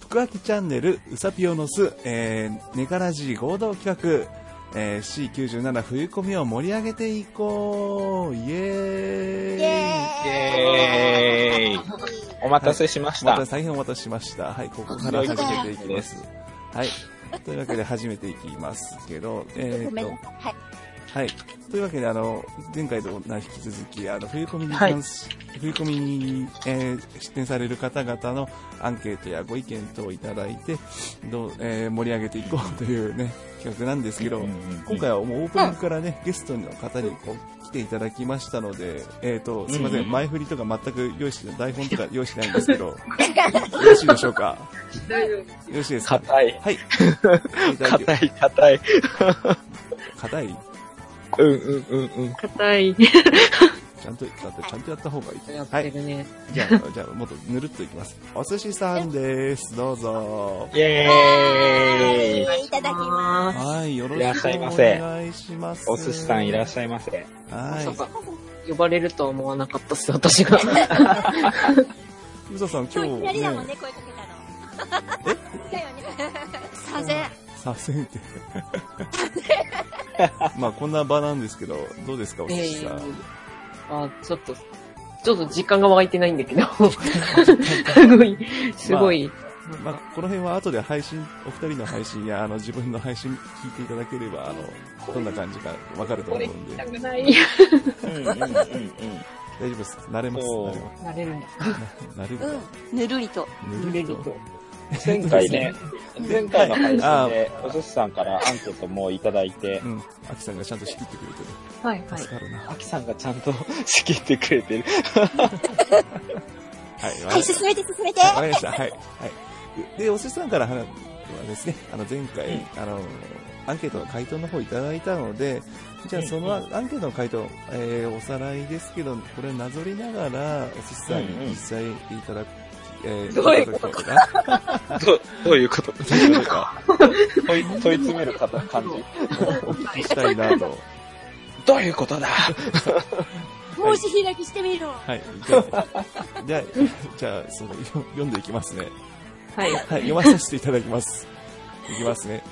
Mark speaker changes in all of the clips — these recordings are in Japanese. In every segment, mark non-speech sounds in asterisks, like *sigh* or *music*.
Speaker 1: 福明チャンネルうさぴをのす、えー、ネカラジー合同企画、えー、C97 冬コミを盛り上げていこうイエーイ
Speaker 2: イエ
Speaker 3: イエーイお待たせしまし
Speaker 1: ま
Speaker 3: た。
Speaker 1: た大変お待たせしましたはいここから始めていきますはいというわけで始めていきますけど、え
Speaker 2: ご
Speaker 1: ー、
Speaker 2: めん
Speaker 1: と
Speaker 2: な、さい。
Speaker 1: はい。というわけで、あの、前回と同じ引き続き、あの、冬コミに関し、冬コミに、えー出展される方々のアンケートやご意見等をいただいて、どう、えー盛り上げていこうというね、 *laughs* 企画なんですけど、
Speaker 3: うんうんうん
Speaker 1: 今回はもうオープニングからね、ゲストの方にこう来ていただきましたので、えっ、と、すいません、
Speaker 3: うんうん
Speaker 1: 前振りとか全く用意してない、台本とか用意してないんです
Speaker 3: *laughs*
Speaker 1: けど、よろしいでしょうか
Speaker 4: 大丈夫。
Speaker 1: よろしいですか
Speaker 3: 硬い。 *laughs*
Speaker 1: はい。いただいて
Speaker 3: 硬い、硬い。
Speaker 1: 硬い
Speaker 3: うんうんうんうん。
Speaker 4: 硬い。
Speaker 1: ちゃんと、ちゃんと、ちゃんとやった方がいい。
Speaker 4: やっ
Speaker 1: はい
Speaker 4: て。るね。
Speaker 1: じゃあ、じゃあ、もっとぬるっといきます。お寿司さんです。どうぞ。
Speaker 3: イエーイ
Speaker 2: いただきま
Speaker 1: はい、よろ
Speaker 3: いらっ
Speaker 1: しく
Speaker 3: しゃい
Speaker 1: お
Speaker 3: ませ
Speaker 1: 願いします。
Speaker 3: お寿司さんいらっし
Speaker 1: ゃい。
Speaker 3: ゃいませ。
Speaker 1: は
Speaker 4: まさ
Speaker 1: い。
Speaker 4: か、呼ばれるとは思わなかったっす、私が。
Speaker 1: ゆささん、
Speaker 2: す。
Speaker 1: 今
Speaker 2: 今日いきな
Speaker 1: 日、
Speaker 2: りだもん
Speaker 1: ね、
Speaker 2: ね、声かけたの。えだよね。さぜ。
Speaker 1: させん *laughs* って。まあ、こんな場なんですけど、どうですか、お寿司さん。
Speaker 4: あ、ちょっと、ちょっと実感が湧いてないん
Speaker 1: *laughs*
Speaker 4: だけど。すごい、すごい。
Speaker 1: まあ、この辺は後で配信、お二人の配信や、あの、自分の配信聞いていただければ、あの、どんな感じかわかると思うんで、大丈
Speaker 4: くない。
Speaker 3: うんうんうんうん。
Speaker 1: 夫です。慣れます。
Speaker 3: そう
Speaker 1: 慣れま
Speaker 4: なれるんだ。
Speaker 1: す。慣れるか。
Speaker 2: うん。ぬるりと。
Speaker 4: ぬれる
Speaker 1: と
Speaker 4: と。
Speaker 3: 前回ね、前回の配信で、お寿司さんからアンケートもいただいて
Speaker 1: う、ん。アキさんがちゃんと仕切ってくれてる。
Speaker 4: はい、はい。
Speaker 1: 助かるな。は
Speaker 3: アキさんがちゃんと *laughs* 仕切ってくれてる。
Speaker 1: い。
Speaker 2: はい、進めて進めて。
Speaker 1: わかりました。はい。はい。で、お寿司さんからはですね、あの、前回、あの、アンケートの回答の方いただいたので、じゃあそのアンケートの回答、えーおさらいですけど、これなぞりながら、お寿司さんに実際いただく、えー
Speaker 4: どういうこと
Speaker 1: ただく
Speaker 3: *laughs* ど、どういうことどういうことか。問い、問い詰める方感じ。
Speaker 1: とかお聞きしたいなと。
Speaker 3: どういうことだ
Speaker 2: 帽子開きしてみろ。
Speaker 1: はい。じゃあ、じゃあ、じゃあその、よ読んでいきますね。
Speaker 4: はい。
Speaker 1: はい。読まさせていただきます。いきますね。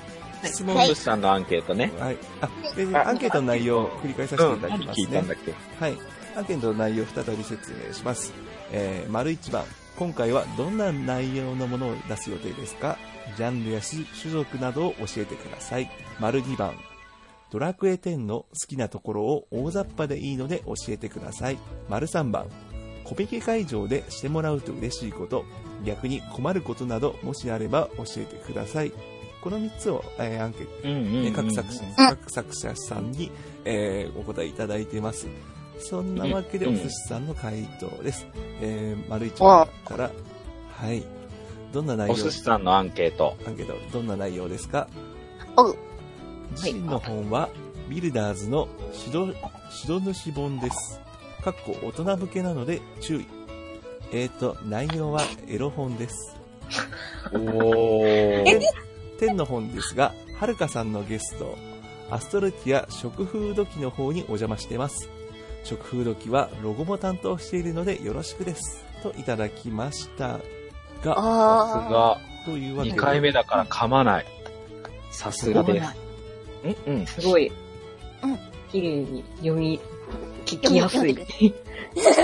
Speaker 3: 質問お寿司さんのアンケートね。
Speaker 1: はい。あ、で、アンケートの内容を繰り返させていただきます
Speaker 3: 聞い
Speaker 1: ね
Speaker 3: たん。だっけ
Speaker 1: はい。アンケートの内容を再び説明します。えー、丸一番。今回はどんな内容のものを出す予定ですかジャンルや種種族などを教えてください。丸二番。ドラクエ10の好きなところを大雑把でいいので教えてください。丸三番。コミケ会場でしてもらうと嬉しいこと、逆に困ることなど、もしあれば教えてください。この3つを、えーアンケート
Speaker 3: うんうんうんう
Speaker 1: ね
Speaker 3: ん。
Speaker 1: 各作者各作者さんに、えーお答えいただいてますそんなわけで
Speaker 3: う
Speaker 1: お
Speaker 3: ん
Speaker 1: 寿司さんの回答です、えー、丸一番からはいどんな内
Speaker 3: お
Speaker 1: 容
Speaker 3: 寿司さんのアンケート。
Speaker 1: アンケートどんな内容ですか
Speaker 2: おう
Speaker 1: 自身の本はビルダーズの白白主本ですかっこ大人向けなので注意えーと内容はエロ本です
Speaker 3: おー。
Speaker 1: 天の本ですが、はるかさんのゲスト、アストルティア食風土器の方にお邪魔してます。食風土器はロゴも担当しているのでよろしくです。といただきましたが、
Speaker 3: さす
Speaker 2: あ
Speaker 3: が。
Speaker 1: というわけ
Speaker 3: 2
Speaker 1: で、
Speaker 3: 回目だから噛まない。さすがです。うんうん。
Speaker 4: すごい。
Speaker 2: うん
Speaker 4: 綺麗に読み、聞きやすい。
Speaker 2: 読
Speaker 1: いやだか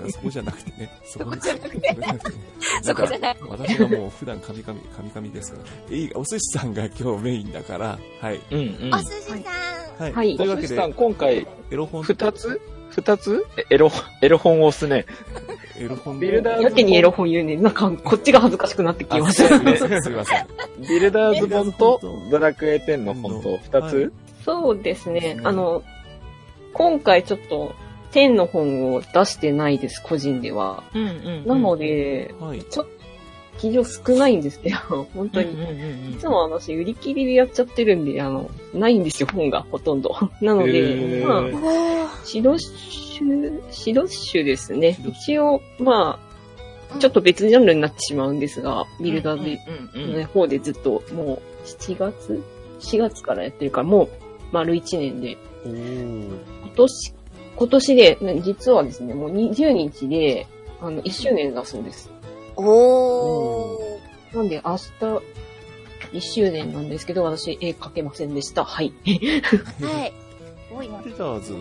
Speaker 1: らそこじゃなくてね、
Speaker 2: *laughs*
Speaker 1: そこ
Speaker 2: そこじゃなく
Speaker 1: て、
Speaker 2: そこじゃない。
Speaker 1: 私がもう普段カミカミ、カミカミですから、いいお寿司さんが今日メインだから、はい。
Speaker 3: うんうん
Speaker 2: お寿司さん。
Speaker 1: はい。
Speaker 4: はい
Speaker 1: という
Speaker 3: お
Speaker 1: わ
Speaker 3: 寿
Speaker 1: け
Speaker 3: 司さん、
Speaker 1: で、
Speaker 3: 今回、
Speaker 1: エロ本、
Speaker 3: 二つ二つえエロ、エロ本を押すね。
Speaker 1: エロ本の
Speaker 3: ビルダーズ
Speaker 4: やけにエロ本言うね。なんか、こっちが恥ずかしくなってき
Speaker 1: あ
Speaker 4: ますす
Speaker 1: い。ません。すいません。
Speaker 3: ビルダー
Speaker 1: ビ
Speaker 3: ズ本と
Speaker 1: ルダーズ本と
Speaker 3: ドラクエ10の本と二
Speaker 1: は
Speaker 3: つ
Speaker 4: そうですね
Speaker 1: う。ん
Speaker 4: あの、今回ちょっと、天の本を出してないです、個人では。
Speaker 3: うんうん
Speaker 4: なの、で、
Speaker 1: はい。
Speaker 4: 企業少ないんですけど、本当に。いつも私、売り切りでやっちゃってるんで、あの、ないんですよ、本がほとんど。 *laughs* なの
Speaker 3: へ
Speaker 4: で、
Speaker 3: ー
Speaker 4: まあ、
Speaker 2: おー
Speaker 4: シドッシュ、シドッシュですね
Speaker 1: シドッ。シ
Speaker 4: 一応、まあ、ちょっと別ジャンルになってしまうんですが、ビルダーズ
Speaker 3: ズ
Speaker 4: の方でずっともう7月 ?4 月からやってるから、もう丸1年で。
Speaker 1: おー
Speaker 2: *laughs*
Speaker 4: 今年、今年で、ね実はですね、もう20日で、あの、1周年だそうです。
Speaker 2: おー。
Speaker 4: なんで、明日、1周年なんですけど、私、絵描けませんでした。はい。 *laughs*
Speaker 2: はい。多いな。
Speaker 1: ビルダーズの、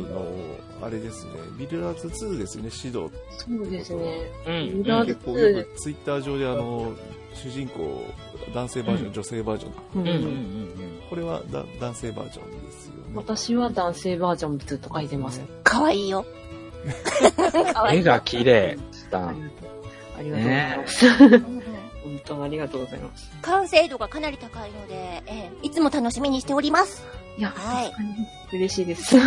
Speaker 1: あれですね、ビルダーズ2ですね、シド。
Speaker 4: そうですね。
Speaker 3: う
Speaker 4: ビ
Speaker 3: ん
Speaker 4: ルダーズ
Speaker 1: 結構よくツイッター上であの、主人公、男性バージョン、
Speaker 3: うん
Speaker 1: 女性バージョン。
Speaker 4: う
Speaker 3: うんうんうん
Speaker 4: ん。
Speaker 1: これはだ男性バージョンですよね。
Speaker 4: 私は男性バージョンずっと描いてます。
Speaker 2: かわいいよ。か
Speaker 3: うん。
Speaker 2: わい
Speaker 3: 絵
Speaker 2: い。
Speaker 3: が綺麗、スタ
Speaker 4: あり
Speaker 3: ン。
Speaker 4: がとう。ありがとうございます。本当にありがとうございます。
Speaker 2: 完成度がかなり高いので、ええいつも楽しみにしております。
Speaker 4: いや、
Speaker 2: はい。
Speaker 4: 嬉しいです。
Speaker 2: じ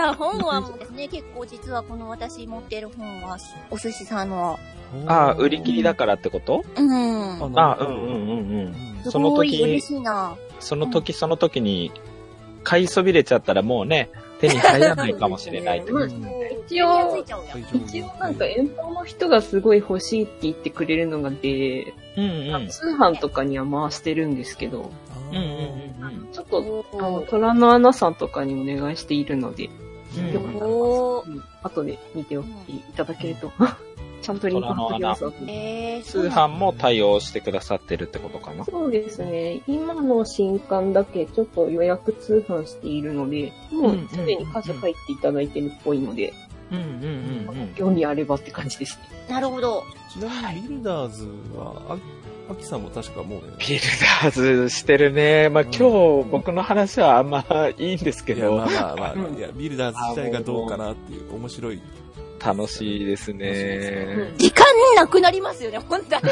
Speaker 2: ゃあ本はもうですね、結構実はこの私持ってる本は、お寿司さんの、
Speaker 3: ああ、売り切
Speaker 1: り。
Speaker 3: りだからってこと
Speaker 2: うん。
Speaker 3: ああ、うんうんうんうん。
Speaker 2: す
Speaker 3: その
Speaker 2: ご
Speaker 3: 時
Speaker 2: い嬉しいな。
Speaker 3: その時その時に買いそびれちゃったらもうね、手に入らないかもしれないとい
Speaker 4: ま
Speaker 3: う。
Speaker 4: あ一
Speaker 2: やつい
Speaker 4: 応、
Speaker 2: ちゃうやん。
Speaker 4: 一応なんか遠方の人がすごい欲しいって言ってくれるのがで、
Speaker 3: *laughs* うん
Speaker 4: 通販とかには回してるんですけど、
Speaker 3: うん。うんうんうん
Speaker 4: ちょっと、あの、虎の穴さんとかにお願いしているので、
Speaker 3: うん
Speaker 4: よかったら
Speaker 2: おー
Speaker 4: うん後で見ておきいただけると、 *laughs* ちゃんとリンク
Speaker 3: 虎の
Speaker 4: 貼っ
Speaker 3: 穴
Speaker 4: てきます。
Speaker 2: えー、
Speaker 3: 通
Speaker 2: そうなんだ
Speaker 3: 販も対応してくださってるってことかな。
Speaker 4: そうですね。今の新刊だけちょっと予約通販しているので、もうすでに数入っていただいてるっぽいので、
Speaker 3: うんうんうん
Speaker 4: 興味あればって感じですね。
Speaker 2: なるほど。
Speaker 1: ちなみにビルダーズは、あ、アキさんも確かもう、
Speaker 3: ビルダーズしてるね。まあ、
Speaker 1: うん
Speaker 3: 今日僕の話はあんまいいんですけ
Speaker 1: いや、ま
Speaker 3: ど
Speaker 1: あ、まあまあ、
Speaker 4: うん
Speaker 1: いや、ビルダーズ自体がどうかなっていう、面白
Speaker 3: *laughs*
Speaker 1: い。
Speaker 3: 楽しいですね。
Speaker 2: 時間なくなりますよね、本当に。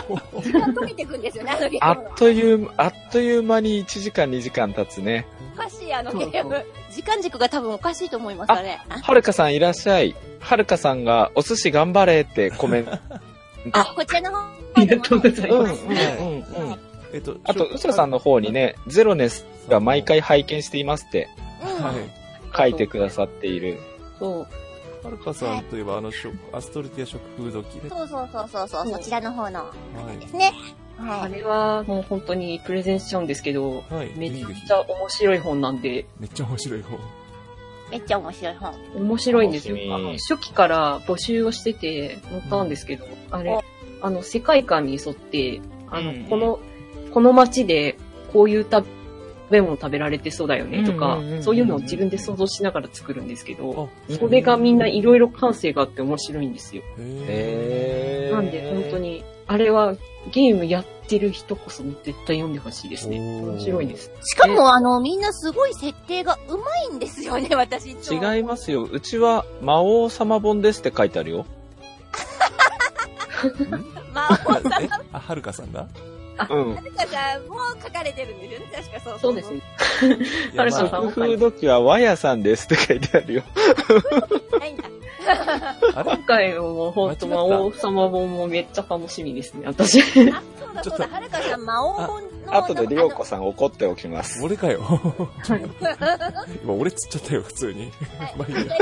Speaker 2: 時間溶けてくんですよね、あのゲ
Speaker 3: あ
Speaker 2: ーム
Speaker 3: っという、あっという間に1時間2時間経つね。
Speaker 2: おかしい、あのゲー
Speaker 4: そうそ
Speaker 2: ム。時間軸が多分おかしいと思います、あれ。
Speaker 3: はるかさんいらっしゃい。はるかさんがお寿司頑張れってコメント。
Speaker 2: あ、こちらの方
Speaker 4: ありがとうございます
Speaker 2: うん
Speaker 3: うんうんうん
Speaker 1: えっと、
Speaker 3: あと、うささんの方にね、ゼロネスが毎回拝見していますって
Speaker 1: はい。
Speaker 3: 書いてくださっている。
Speaker 4: そう。
Speaker 1: はるかさんといえば、あの、食アストルティア食風時ね。
Speaker 2: そうそうそうそうそう、
Speaker 4: うん
Speaker 2: そちらの方ので
Speaker 1: は
Speaker 2: すね。
Speaker 4: あ
Speaker 2: はい。
Speaker 4: れはもう本当にプレゼンしちゃうんですけど、
Speaker 1: い。はい。
Speaker 4: めちゃ
Speaker 1: ぜ
Speaker 4: く
Speaker 1: ひ
Speaker 4: ちゃ面白い本なんで、
Speaker 1: めっちゃ面白い方。
Speaker 2: めっちゃ面白い本。
Speaker 4: 面白いんですよ
Speaker 3: 楽し。み
Speaker 4: あの初期から募集をしてて載ったんですけど、あれ
Speaker 2: お、
Speaker 4: あの、世界観に沿って、あの、
Speaker 3: うんうん
Speaker 4: この、この街でこういう食べ物食べられてそうだよねとか、
Speaker 3: うんうんうんうん
Speaker 4: そういうのを自分で想像しながら作るんですけど、
Speaker 1: あ、
Speaker 4: それがみんないろいろ感性があって面白いんですよ。
Speaker 1: へ
Speaker 3: へー
Speaker 4: なんで本当。に、あれはゲームやってる人こそ絶対読んでほしいですね。
Speaker 1: おー
Speaker 4: 面白いです。
Speaker 2: しかも、あの、みんなすごい設定がうまいんですよね、 *laughs* 私。
Speaker 3: 違いますよ。うちは魔王様本ですって書いてあるよ。
Speaker 1: ー。ん
Speaker 2: まあ、おさ
Speaker 1: えあ、はるかさんだ
Speaker 3: うん。
Speaker 2: るかさんも書かれてるんですよね、確かそう。
Speaker 4: そうですね。。
Speaker 1: いや
Speaker 4: はるかさん
Speaker 1: ま
Speaker 3: 工夫時は和屋さんですって書いてあるよ。
Speaker 2: ないんだ。
Speaker 1: ああれ
Speaker 4: 今回も本当、
Speaker 1: 間違
Speaker 4: 魔
Speaker 1: った
Speaker 4: 王様本もめっちゃ楽しみですね、私。
Speaker 2: あ、そうだ
Speaker 1: ちょ
Speaker 2: そ
Speaker 1: っ
Speaker 2: う
Speaker 1: と
Speaker 2: だ、はるかさん、魔王本の。
Speaker 3: あとでりょう
Speaker 2: あ
Speaker 3: こさん怒っておきます。
Speaker 1: 俺かよ。 *laughs*
Speaker 4: はい
Speaker 1: 今、俺釣っちゃったよ、普通に。まあいい
Speaker 2: の
Speaker 1: や。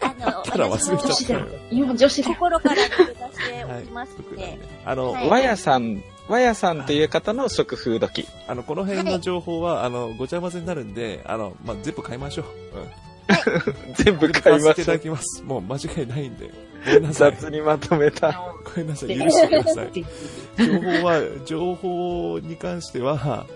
Speaker 2: あの、
Speaker 1: たら忘れ
Speaker 4: 女子
Speaker 1: ち
Speaker 4: だ
Speaker 1: ゃ
Speaker 4: よ
Speaker 1: ったよ。。
Speaker 4: 今女 *laughs* 子だよ。
Speaker 2: 心から抜け出しておきますので。
Speaker 1: あの、
Speaker 2: はい
Speaker 3: 和屋さん、和屋さんという方の食風時。
Speaker 1: あの、この辺の情報は、あの、ごちゃ混ぜになるんで、あの、まあ、全部買いましょう。
Speaker 3: 全
Speaker 1: うん。
Speaker 3: 部買い
Speaker 1: 全部買わせ
Speaker 3: ま
Speaker 1: てい
Speaker 3: した
Speaker 1: だ
Speaker 3: た。
Speaker 1: きます。もう間違いないんで。ごめんなさい。
Speaker 3: 雑にまとめた。
Speaker 1: ごめんなさい。許してください。
Speaker 4: で
Speaker 1: 情報は、情報に関しては、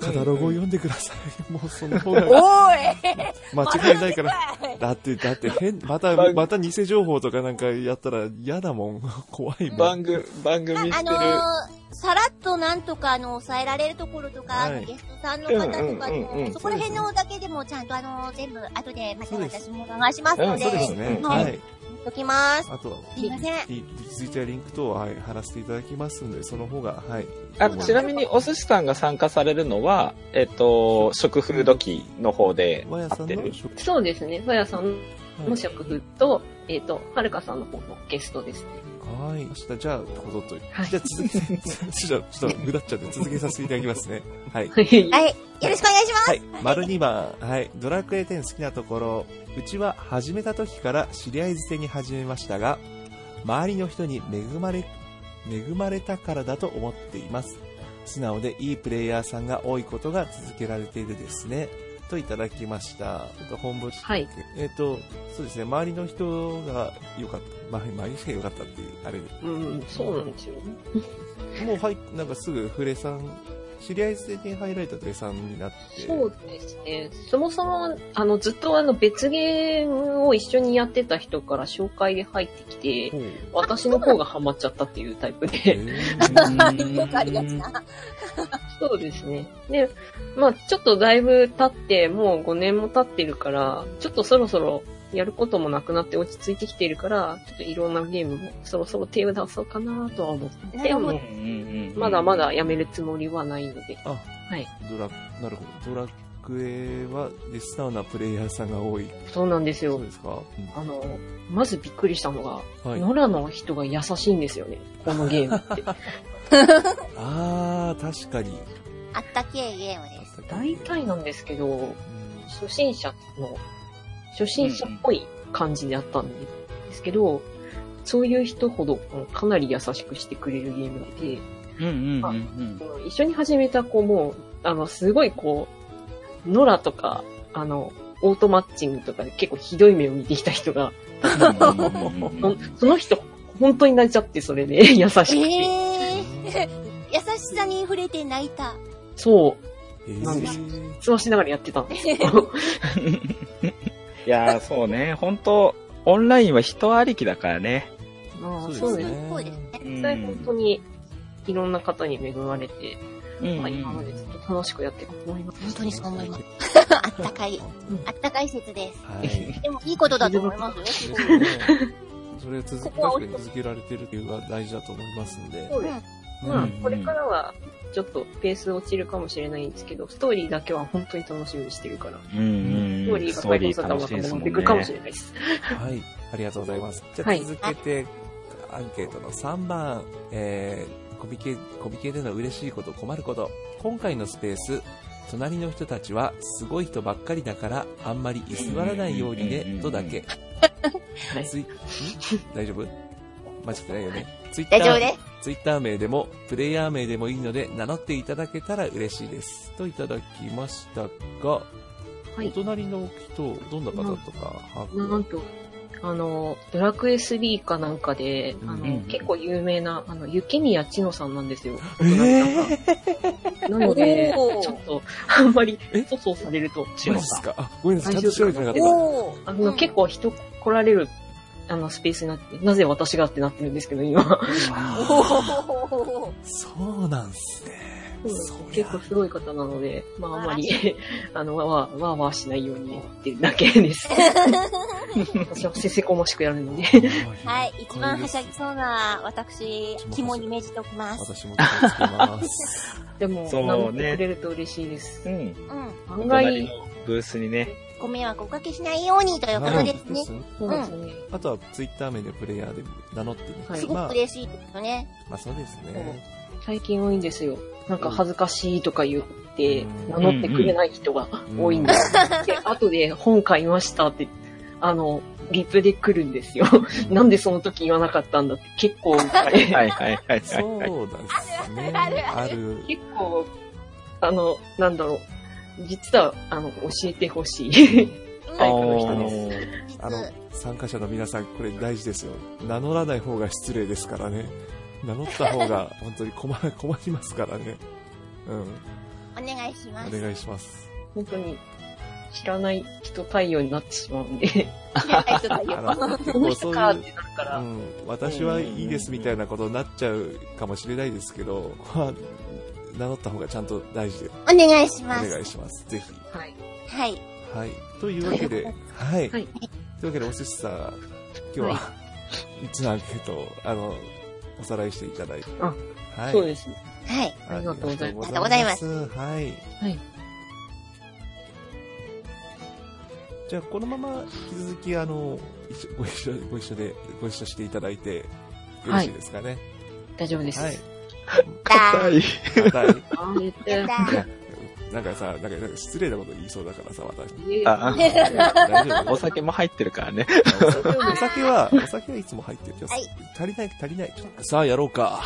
Speaker 1: カタログを読んでくださ
Speaker 3: *laughs*
Speaker 1: い。もうその方
Speaker 2: お
Speaker 1: が
Speaker 2: ーい
Speaker 1: 間違いないから。
Speaker 2: まだ
Speaker 1: だって、だって変、また、
Speaker 3: 番
Speaker 1: また偽情報とかなんかやったら嫌だもん。怖いもん。
Speaker 3: 番組、番組してる。
Speaker 2: あのー、さらっとなんとかあの、抑えられるところとか、
Speaker 1: はい
Speaker 2: あのゲストさんの方とか
Speaker 3: うんうんうんうん
Speaker 2: の、そこら辺のだけでもちゃんとあの、全部後でまた
Speaker 1: そうです
Speaker 2: 私もお伺いしますの
Speaker 3: ん
Speaker 2: で、
Speaker 1: そうですね。
Speaker 2: は
Speaker 1: はいい。
Speaker 2: 言っときます。
Speaker 1: あとは、
Speaker 2: すいません。
Speaker 1: リツイッターリンク等は、はい、貼らせていただきますんで、その方が、はい。
Speaker 3: あちなみに、お寿司さんが参加されるのは、えっと、食風時の方で
Speaker 1: 和屋
Speaker 3: 合
Speaker 1: さ
Speaker 3: っ
Speaker 1: ん
Speaker 3: て
Speaker 1: の
Speaker 3: る。
Speaker 1: 食
Speaker 4: *laughs* そうですね。さやさん
Speaker 1: はい
Speaker 4: の食風と、えっ、と、はるかさんの方のゲストですね。
Speaker 1: はい。明日、じゃあ、こぞっと。
Speaker 4: はい
Speaker 1: じゃあ、続け *laughs* て、ちょっと、ちょっと、ぐだっちゃって、続けさせていただきますね。はい。
Speaker 4: は
Speaker 2: はい。よろ
Speaker 4: い
Speaker 2: しくお願いします。
Speaker 1: はい。丸2番。はい。ドラクエ10好きなところ。うちは始めた時から知り合い捨てに始めましたが、周りの人に恵まれ、恵まれたからだと思っています。素直でいいプレイヤーさんが多いことが続けられているですね。といただきました。ちょっと本部
Speaker 4: はい。
Speaker 1: えっ、と、そうですね、周りの人が良かった。まあ周りの人が良かったっていう、あれで。
Speaker 4: うん、そうなんですよね。
Speaker 1: もう入っ、なんかすぐフレさん、知り合い的にハイライトでさんになって。
Speaker 4: そうですね。そもそも、あの、ずっとあの、別ゲームを一緒にやってた人から紹介で入ってきて、
Speaker 1: ほう。
Speaker 4: 私の方がハマっちゃったっていうタイプ
Speaker 1: え
Speaker 4: で。
Speaker 1: ー
Speaker 2: よくありがちな。
Speaker 4: そうですね。で、まあちょっとだいぶ経って、もう5年も経ってるから、ちょっとそろそろやることもなくなって落ち着いてきてるから、ちょっといろんなゲームもそろそろ手を出そうかなとは思ってて、
Speaker 2: なるほど
Speaker 4: もうまだまだやめるつもりはないので。
Speaker 1: あ、
Speaker 4: はい。
Speaker 1: ドラ、なるほど。ドラクエは、レスターなプレイヤーさんが多い。
Speaker 4: そうなんです
Speaker 1: そ
Speaker 4: よ
Speaker 1: う。ですか、
Speaker 4: あの、まずびっくりしたのが、
Speaker 1: うんはい。
Speaker 4: 野良の人が優しいんですよね。このゲームって。
Speaker 1: *laughs* あー、確かに。
Speaker 2: あったけえゲームです。
Speaker 4: 大体なんですけど、
Speaker 1: うん
Speaker 4: 初心者の、初心者っぽい感じだったんですけど、そういう人ほどうんかなり優しくしてくれるゲームで、うん一緒に始めた子も、あの、すごいこう、ノラとか、あの、オートマッチングとかで結構ひどい目を見てきた人が、そその人、本当に泣いちゃって、それで、優しくて。
Speaker 2: えー、優しさに触れて泣いた。
Speaker 4: そう、
Speaker 1: えー
Speaker 4: なんです通話しながらやってたんですよ。
Speaker 3: いやー、そうね。本当オンラインは人ありきだからね。
Speaker 4: まあ、
Speaker 1: そ
Speaker 4: そうう
Speaker 1: で
Speaker 4: ですす
Speaker 1: ね
Speaker 4: ね。
Speaker 2: そうですね。
Speaker 3: うん
Speaker 4: 実際本当に、いろんな方に恵まれて、
Speaker 3: うん
Speaker 4: まあ、今までずっと楽しくやっていこうと思います。
Speaker 2: 本当にそう思います。あったかい、あったかい説です。 *laughs*
Speaker 1: はい。
Speaker 2: でもいいことだと思いますよ。すごい
Speaker 1: それを続
Speaker 2: こ
Speaker 1: け、
Speaker 2: こは
Speaker 1: 確かに続けられてるっていうのが大事だと思いますんで。
Speaker 4: そうです。
Speaker 1: うん
Speaker 4: ま
Speaker 3: う
Speaker 4: あ
Speaker 3: ん、
Speaker 4: これからは、ちょっとペース落ちるかもしれないんですけど、ストーリーだけは本当に楽しみにしてるから、
Speaker 3: うんうん
Speaker 4: ス
Speaker 3: う
Speaker 4: トーリ
Speaker 3: ん。
Speaker 4: ーが
Speaker 3: ストー
Speaker 4: 最
Speaker 3: リ
Speaker 4: 高
Speaker 3: ー
Speaker 4: だった
Speaker 3: 楽し
Speaker 4: らま
Speaker 3: い
Speaker 4: た
Speaker 3: ですも
Speaker 4: 戻っ
Speaker 3: ん
Speaker 4: て
Speaker 3: ね
Speaker 4: く。るかもしれないです。
Speaker 1: はい。ありがとうございます。じゃあ
Speaker 4: はい
Speaker 1: 続けて、アンケートの3番、えー、コミケ、コミケでの嬉しいこと、困ること。今回のスペース、隣の人たちはすごい人ばっかりだから、あんまり居座らないように
Speaker 3: うんうんうんう
Speaker 1: ね
Speaker 3: ん、
Speaker 1: とだけ。
Speaker 4: はい
Speaker 1: ツイん大丈夫間違ってないよね。ツイッタ
Speaker 2: 大丈夫
Speaker 1: ー
Speaker 2: で、
Speaker 1: ツイッター名でも、プレイヤー名でもいいので、名乗っていただけたら嬉しいです。といただきましたが、
Speaker 4: はい
Speaker 1: お隣の人、どんな方とか、把握
Speaker 4: なんと、あの、ドラクエ3かなんかで、あ
Speaker 1: うん
Speaker 3: うんう
Speaker 4: の
Speaker 3: ん、
Speaker 4: 結構有名な、あの、雪宮千乃さんなんですよ。
Speaker 1: え
Speaker 4: なので、
Speaker 2: おー
Speaker 4: ちょっと、あんまり
Speaker 1: え、
Speaker 4: 粗相されると、
Speaker 1: ー、マジっすかあ、ごめんなさい、ちゃんと調べてなかった。
Speaker 2: お
Speaker 4: あの、結構人来られる、あの、スペースになって、なぜ私がってなってるんですけど、今。
Speaker 1: あ
Speaker 2: 構。
Speaker 1: そうなんすね。そり
Speaker 4: 結構
Speaker 1: ゃ、
Speaker 4: すごい方なので、まあ、あんまり、 *laughs* あの、わわ、わーわーしないようにってだけです。 *laughs* 私はせせこましくやるので。
Speaker 2: はい、一番はしゃぎそうな私、肝に銘じておきます。
Speaker 1: 私も気をつけ
Speaker 2: *laughs*
Speaker 1: ます。
Speaker 4: *laughs* でも、
Speaker 3: そうね
Speaker 4: 名乗ってくれると嬉しいです。
Speaker 3: うん。
Speaker 2: うん。
Speaker 4: 案
Speaker 3: 隣
Speaker 4: 外、
Speaker 3: のブースにね。
Speaker 2: ご迷惑おかけしないようにということですね。
Speaker 4: そうですね。
Speaker 1: あとは、ツイッター名でプレイヤーで名乗ってね。
Speaker 4: はい
Speaker 2: すご
Speaker 1: まあ
Speaker 2: く、嬉しいですよね。
Speaker 1: まあそうですね。
Speaker 4: 最近多いんですよ。なんか恥ずかしいとか言って、名乗ってくれない人が
Speaker 1: うん
Speaker 4: 多いんで。す。で、後で本買いましたって、あの、リプで来るんですよ。 *laughs* なんでその時言わなかったんだって結構、あれ、
Speaker 3: はいはいはいは
Speaker 1: そ
Speaker 3: いはい。
Speaker 1: うですね。
Speaker 2: ある
Speaker 1: ある。
Speaker 4: 結構、あの、なんだろう。実は、あの、教えてほしい。
Speaker 2: うん
Speaker 4: あー
Speaker 2: 実
Speaker 1: あの、参加者の皆さん、これ大事ですよ。名乗らない方が失礼ですからね。名乗った方
Speaker 2: *laughs*
Speaker 1: が本当に困困りますからね。うん。
Speaker 2: お願いしま
Speaker 1: お
Speaker 2: す。
Speaker 1: 願いします。
Speaker 4: 本当に、知らない人対応になってしまうんで、
Speaker 2: はいそうだ
Speaker 1: あ
Speaker 2: よ
Speaker 1: の、結
Speaker 4: この
Speaker 1: 構そ
Speaker 4: 人
Speaker 1: う
Speaker 4: かっ
Speaker 1: いう
Speaker 4: てなるか
Speaker 1: う
Speaker 4: ら、
Speaker 1: ん、私はいいですみたいなことになっちゃうかもしれないですけど、まあ名乗った方がちゃんと大事で
Speaker 2: お願いし
Speaker 1: お
Speaker 2: ま
Speaker 1: 願
Speaker 2: す。
Speaker 1: いします。ぜひ。
Speaker 4: はい。
Speaker 2: はい。
Speaker 1: はい。というわけで、はい。と
Speaker 4: はい
Speaker 1: いうわけで、おすしさん、今日は、いつのアンケートを、あの、おさらいしていただいて。
Speaker 4: あ
Speaker 1: はい。。
Speaker 4: そうですね。
Speaker 2: はい。
Speaker 4: ありがとうございます
Speaker 2: ありがとうございます
Speaker 1: はい。
Speaker 4: はい。
Speaker 1: じゃあ、このまま、引き続き、あの、一緒ご一緒、ご一緒で、ご一緒していただいて、よろしいですかね。
Speaker 4: 大丈夫です。
Speaker 1: はい。
Speaker 2: だ
Speaker 3: *laughs* い。
Speaker 1: また
Speaker 4: あー、言って
Speaker 2: だ
Speaker 1: なんかさ、なんかなんか失礼なこと言いそうだからさ、
Speaker 4: *laughs*
Speaker 1: 私。
Speaker 3: あ
Speaker 1: 大丈夫
Speaker 3: お酒も入ってるからね。
Speaker 1: お酒は、お酒はいつも入ってるけど、
Speaker 2: はい
Speaker 1: 足りない、足りない。さあ、やろうか。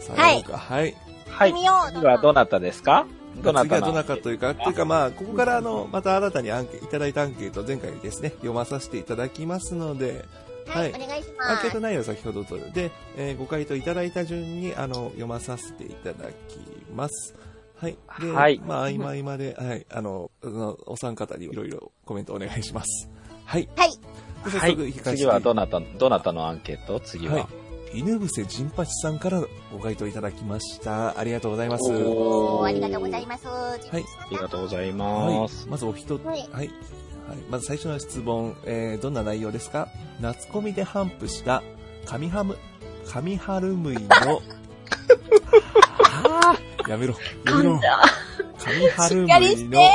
Speaker 1: さあ、やろうか。はい。
Speaker 3: は
Speaker 2: 見よう
Speaker 3: 次はどなたですか
Speaker 1: 次はどなたというか、というかまあ、ここからあの、また新たにアンケいただいたアンケート、前回ですね、読まさせていただきますので、
Speaker 2: はい、お願いします。
Speaker 1: アンケート内容先ほどと、で、えーご回答いただいた順に、あの、読まさせていただきます。はい。で、
Speaker 3: はい
Speaker 1: まあ、合間合間で、はい、あの、あのお三方にいろいろコメントお願いします。はい。
Speaker 2: はい
Speaker 1: で
Speaker 3: は
Speaker 1: 早速、
Speaker 3: い。次はどなた、どなたのアンケート次は。
Speaker 1: い、犬伏陣八さんからご回答いただきました。ありがとうございます。は
Speaker 2: お
Speaker 3: お
Speaker 2: ー、
Speaker 3: ー
Speaker 2: ありがとうございます。はい
Speaker 3: ありがとうございま
Speaker 1: い
Speaker 3: す。。
Speaker 1: まずお一つ、は
Speaker 2: はいい。
Speaker 1: はい。まず最初の質問、えー、どんな内容ですか夏コミで反布した、神ハム、神春む
Speaker 2: *laughs*
Speaker 1: いの、やめろ、や
Speaker 4: 噛
Speaker 1: めろ
Speaker 4: ん。だ。
Speaker 1: 神春
Speaker 2: しっかり
Speaker 1: むい
Speaker 2: し
Speaker 1: の
Speaker 2: て、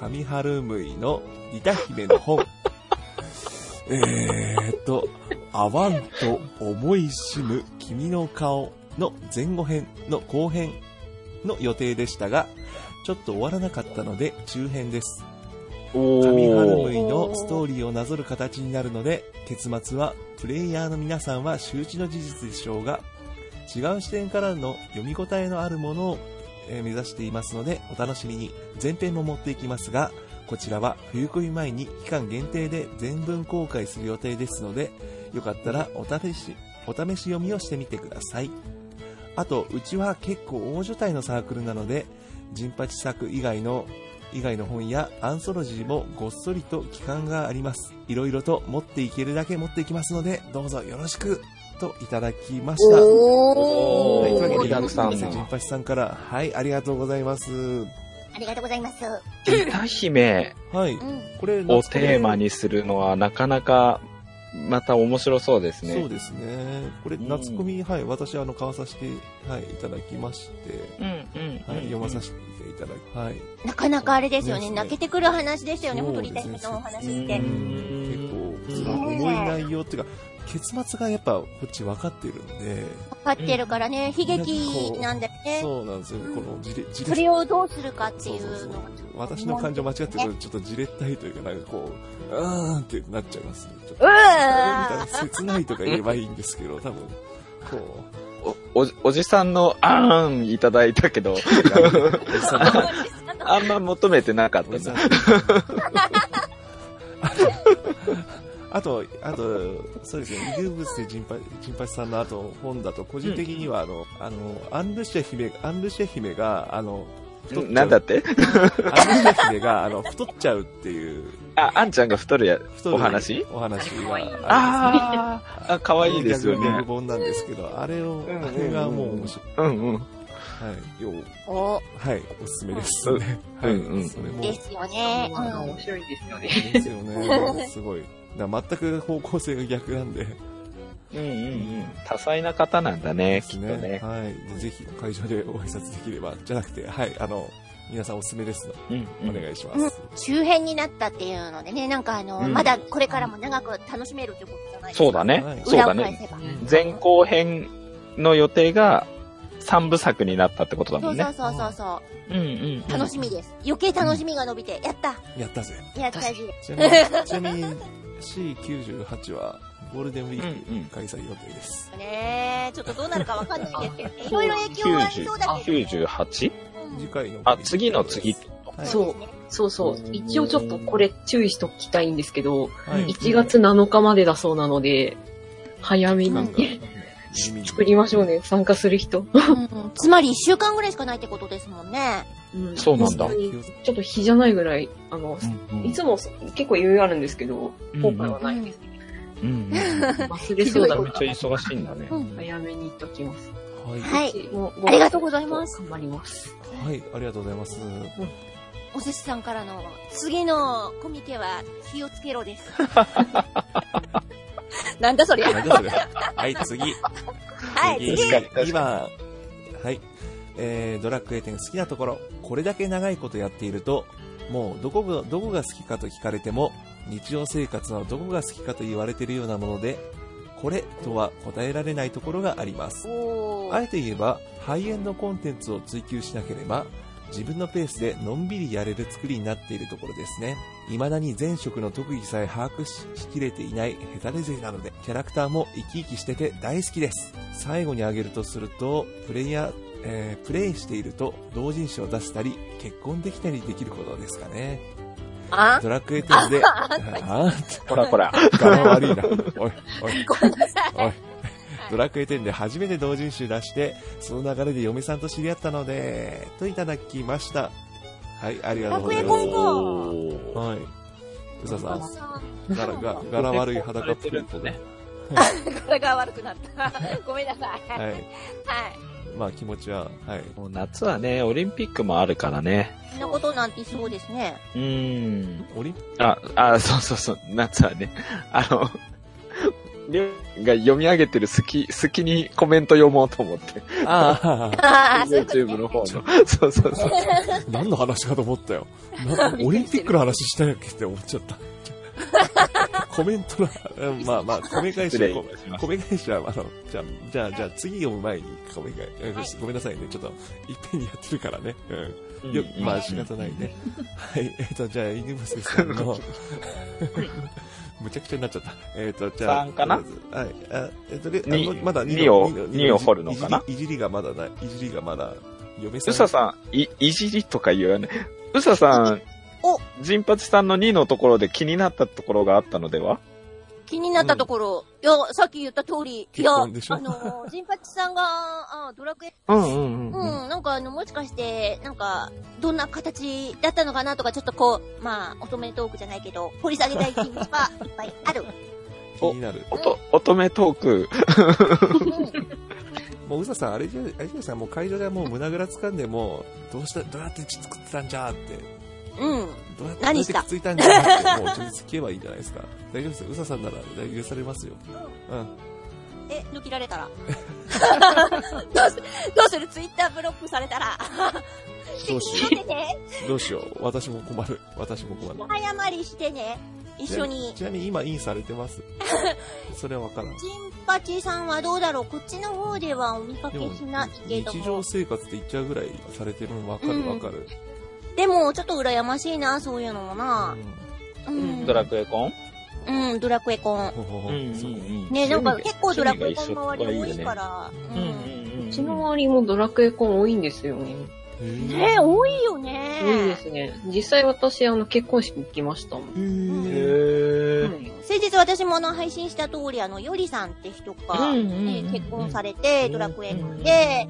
Speaker 1: 神春むいの、リタ姫の本。 *laughs* えーっと、あわんと思いしむ君の顔の前後編の後編の予定でしたが、ちょっと終わらなかったので中編です。
Speaker 3: お
Speaker 1: 神春む
Speaker 3: ー。
Speaker 1: いのストーリーをなぞる形になるので、結末はプレイヤーの皆さんは周知の事実でしょうが、違う視点からの読み応えのあるものをえー目指していますので、お楽しみに前編も持っていきますが、こちらは冬込み前に期間限定で全文公開する予定ですので、よかったらお試し、お試し読みをしてみてください。あと、うちは結構大所帯のサークルなので、ジンパチ作以外の以外の本やアンソロジーもごっそりと期間があります。いろいろと持っていけるだけ持っていきますので、どうぞよろしくといただきました。
Speaker 2: お
Speaker 1: はい、というわけ
Speaker 2: ー。
Speaker 3: 盛り
Speaker 1: で、
Speaker 3: だくさん
Speaker 1: 伊勢陣八さんから、はい、ありがとうございます。
Speaker 2: ありがとうございます。
Speaker 3: 歌姫
Speaker 1: はい、
Speaker 2: うん。
Speaker 1: これ、
Speaker 3: をテーマ
Speaker 1: に。
Speaker 3: にするのはなかなか、また面白そうですね。
Speaker 1: そうですね。これ、
Speaker 3: うん
Speaker 1: 夏コミ、はい、私、あの、買わさせて、はい、いただきまして、
Speaker 3: うんうん
Speaker 1: はい、読まさせていただき、はい。
Speaker 2: なかなかあれですよ
Speaker 1: そ
Speaker 2: ね。
Speaker 1: うですね
Speaker 2: 泣けてくる話でしたよね。
Speaker 1: そう
Speaker 2: 本当
Speaker 1: です
Speaker 2: に
Speaker 1: ね
Speaker 2: 大変なお話っ
Speaker 1: う
Speaker 2: て。
Speaker 1: ん結構、
Speaker 2: うん
Speaker 1: 重い内容っていうか、結末がやっぱ、こっち分かってるんで、
Speaker 2: かかってるからね、悲劇なんだよね。
Speaker 1: そうなんですよ。この、じれ、じ
Speaker 2: そ
Speaker 1: れ、
Speaker 2: れをどうするかってい
Speaker 1: そうそう
Speaker 2: う
Speaker 1: そ
Speaker 2: の
Speaker 1: う
Speaker 2: がちょっと
Speaker 1: 私の感情間違ってると、ちょっとじれったいというか、なんかこう、うーんってなっちゃいますね。ちょっと
Speaker 2: うわー
Speaker 1: 切ないとか言えばいいんですけど、多分、こ
Speaker 3: お、おじおじさんのあーんいただいたけ
Speaker 1: *laughs*
Speaker 3: ど、
Speaker 1: う、おじさんの、
Speaker 3: あんま求めてなかっ
Speaker 1: お
Speaker 3: た
Speaker 1: じさん
Speaker 3: な。
Speaker 1: の *laughs* あと、あと、そうですね、ユーブスでジンパジンパチさんの後、本だと、個人的には、あの、あの、アンルシア姫、アンルシア姫が、あの、太っちゃう
Speaker 3: なんだって
Speaker 1: アンルシア姫が、あの、太っちゃうっていう、
Speaker 3: あ、あんちゃんが太るや、
Speaker 1: 太る
Speaker 3: お話
Speaker 1: お話があるんですね
Speaker 3: あーあ、可
Speaker 1: 可
Speaker 3: 愛いですよ
Speaker 1: ギャグ
Speaker 3: ね。
Speaker 1: 本なんですけど、あれを、
Speaker 3: んうんうん
Speaker 1: あれがもう面白い。
Speaker 3: うんうん。
Speaker 1: はい。よう
Speaker 2: お
Speaker 1: はい。おすすめです。
Speaker 3: うん
Speaker 1: はい。
Speaker 3: うんうん
Speaker 1: それも。
Speaker 2: ですよね。う
Speaker 4: あの
Speaker 2: ん。
Speaker 4: 面白いですよね。
Speaker 1: ですよね。 *laughs* すごい。だから全く方向性が逆なんで。
Speaker 3: うんうんうん。多彩な方なんだね、きっとね。
Speaker 1: はい。でぜひ会場でご挨拶できれば、じゃなくて、はい。あの、皆さんおすすめですの。
Speaker 3: うんう
Speaker 1: お
Speaker 3: ん。
Speaker 1: 願いします。
Speaker 2: 周辺になったっていうのでね、なんかあの、
Speaker 3: うん
Speaker 2: まだこれからも長く楽しめるということじゃないですか。
Speaker 3: そうだね
Speaker 1: はい。
Speaker 3: そう
Speaker 2: 裏
Speaker 3: だ
Speaker 2: を返
Speaker 3: ね。
Speaker 2: せば。
Speaker 3: 前後編の予定が3部作になったってことだ
Speaker 2: そ
Speaker 3: も
Speaker 2: うんそ
Speaker 3: ね
Speaker 2: う。そうそうそ
Speaker 3: うんうん
Speaker 2: う。楽しみです。余計楽しみが伸びて、やった
Speaker 1: やったぜ。
Speaker 2: やったぜ。
Speaker 1: ちなみに、ちなみに C98 はゴールデンウィ
Speaker 3: うんうん
Speaker 1: ーク開催予定です。
Speaker 2: ねえ、ちょっとどうなるかわかんないです
Speaker 3: *laughs*
Speaker 2: けど、いろいろ影響はありそうだけど。
Speaker 3: 98?
Speaker 2: うん
Speaker 1: 次回の。
Speaker 3: あ、次の次。
Speaker 1: はい。
Speaker 4: そうそうそう。一応ちょっとこれ注意しときたいんですけど、
Speaker 1: はい
Speaker 3: うん
Speaker 4: 1月7日までだそうなので、早め
Speaker 1: なんか
Speaker 4: に作りましょうね、参加する人。
Speaker 2: うんつまり1週間ぐらいしかないってことですもんね。
Speaker 4: うん
Speaker 3: そうなんだ
Speaker 4: 本当にちょっと日じゃないぐらい、あの、いつも結構余裕あるんですけど、今回はないです。
Speaker 3: うんうん。め
Speaker 4: 忘れ
Speaker 3: ち
Speaker 4: そうだ
Speaker 3: ゃ
Speaker 4: か
Speaker 3: めちゃ
Speaker 4: ら、
Speaker 3: 忙しいんだね。
Speaker 2: うん
Speaker 4: 早めに言っときます。
Speaker 1: はい。
Speaker 2: は
Speaker 4: う
Speaker 2: い。
Speaker 4: ちも
Speaker 2: ありがとうございます。
Speaker 4: 頑張ります。
Speaker 1: はい、ありがとうございます。
Speaker 2: お寿司さんからの次のコミケは気をつけろ
Speaker 3: *laughs*
Speaker 2: です。 *laughs* なんだそりゃ。
Speaker 1: なんだそれ。はい、次。
Speaker 2: はい、
Speaker 1: 次
Speaker 2: 次。
Speaker 3: 確かに確かに
Speaker 1: 2番。はい。えー、ドラクエ10好きなところ。これだけ長いことやっていると、もうどこが、どこが好きかと聞かれても、日常生活のどこが好きかと言われているようなもので、これとは答えられないところがあります。
Speaker 2: お
Speaker 1: あ
Speaker 2: ー。
Speaker 1: えて言えば、ハイエンドコンテンツを追求しなければ、自分のペースでのんびりやれる作りになっているところですね。未だに前職の特技さえ把握ししきれていないヘタレ勢なので、キャラクターも生き生きしてて大好きです。最後に挙げるとすると、プレイヤーえープレイしていると同人誌を出したり、結婚できたりできることですかね。
Speaker 2: あ
Speaker 1: ドラクエ10で、ああー、
Speaker 3: ほらほら。
Speaker 1: 柄悪いな。 *laughs* おい、おい、
Speaker 2: ごめんなさ
Speaker 1: おい
Speaker 2: い。。
Speaker 1: ドラクエ10で初めて同人誌出して、その流れで嫁さんと知り合ったので、といただきました。はい、ありがとうございま
Speaker 2: ドラクエ
Speaker 1: す
Speaker 2: コン。
Speaker 3: おー
Speaker 1: はい。うささ
Speaker 2: あ
Speaker 1: ん、
Speaker 2: さ
Speaker 1: 柄が柄悪い裸プレイトで。
Speaker 2: 体が悪くなった。 *laughs* ごめんなさい。
Speaker 1: は
Speaker 2: はいい。。
Speaker 1: まあ気持ちは、はい。
Speaker 3: もう夏はね、オリンピックもあるからね。
Speaker 2: そんなことなんてそうですね。
Speaker 3: うーん。
Speaker 1: オリン
Speaker 3: あ、あ、そうそうそう、夏はね。あの、りょうが読み上げてる隙、隙にコメント読もうと思って。
Speaker 1: あ
Speaker 2: ああ、そういうこと
Speaker 3: YouTube の方の。そうそうそう。
Speaker 1: あ、 *laughs* 何の話かと思ったよ。なオリンピックの話したやっけって思っちゃ
Speaker 2: *laughs*
Speaker 1: った。コメントの、うんまあまあ、米返し
Speaker 3: 失礼い
Speaker 1: は、
Speaker 3: たしました。
Speaker 1: 米返しは、あの、じゃあ、じゃあ、じゃあ次読む前に、米返し、ごめんなさいね。ちょっと、いっぺんにやってるからね。うん。よまあ仕方ないね。はい、えっ、と、じゃあ、イニムスさんの、むちゃくちゃになっちゃった。えっ、と、じゃあ、
Speaker 3: 三かな
Speaker 1: とりあえずはい、あえっ、と、りあの
Speaker 3: に
Speaker 1: まだ二の
Speaker 3: 二を
Speaker 1: 二の
Speaker 3: 二を掘るのかない
Speaker 1: じりいじりがまだない、いじりがまだ、嫁さん。
Speaker 3: うささん、い、いじりとか言わない。うささん、
Speaker 2: お
Speaker 3: ジンパチさんの2のところで気になったところがあったのでは
Speaker 2: 気になったところ、いや、さっき言った通り、い
Speaker 1: 結
Speaker 2: や、あ
Speaker 1: 婚でしょ
Speaker 2: のー、ジンパチさんが、あードラクエ、
Speaker 3: うんうん
Speaker 2: うん、なんかあの、もしかして、なんか、どんな形だったのかなとか、ちょっとこう、まあ、乙女トークじゃないけど、掘り下げたい気持ち
Speaker 1: *laughs*
Speaker 2: はいっぱいある。
Speaker 1: 気になる。
Speaker 3: おと、乙女トーク。
Speaker 2: うん
Speaker 1: もう、うささん、あれじゃ、あれじゃないですか、もう会場ではもう胸ぐらつかんで、もう、どうした、どうやって作ってたんじゃーって、
Speaker 2: うん。
Speaker 1: どうやって、
Speaker 2: 何し
Speaker 1: どうや
Speaker 2: た
Speaker 1: ってついたんじゃーって、もう、ちょっと聞けばいいんじゃないですか。大丈夫ですよ。うささんなら、大許されますよ。うん。
Speaker 2: え、抜きられ
Speaker 1: *laughs*
Speaker 2: たらどうするどうするツイッターブロックされたら。
Speaker 1: どうしよ
Speaker 2: 戻ってね。
Speaker 1: う。どうしよう。私も困る。私も困る。
Speaker 2: 謝りしてね。一緒に。
Speaker 1: ちなみに今インされて
Speaker 2: *laughs*
Speaker 1: ます。それはわからん。
Speaker 2: ジンパチさんはどうだろうこっちの方ではお見かけ
Speaker 1: でも
Speaker 2: しないけど
Speaker 1: 日
Speaker 2: も
Speaker 1: 常。生活って言っちゃうぐらいされてるのわかるわかる。
Speaker 2: でも、ちょっと羨ましいな、そういうのもな。う
Speaker 4: うん
Speaker 2: ん。
Speaker 3: ドラクエコン
Speaker 2: うん、ドラクエコン。
Speaker 1: ほほほそう
Speaker 2: ね、なんか結構ドラクエコン周り多いか。ら。
Speaker 3: うんうん
Speaker 2: うん
Speaker 3: うん。
Speaker 4: うちの周りもドラクエコン多いんですよね。
Speaker 1: へー
Speaker 2: ね多いよ
Speaker 4: 多いで
Speaker 2: ね。
Speaker 4: すね。実際私、あの、結婚式行きましたもん。
Speaker 2: うん
Speaker 1: へー
Speaker 3: へ
Speaker 4: はい
Speaker 2: 先日私もあの配信した通り、あの、よりさんって人が、
Speaker 4: うんうん
Speaker 2: ね
Speaker 4: うん
Speaker 2: 結婚されて、ドラクエコンで、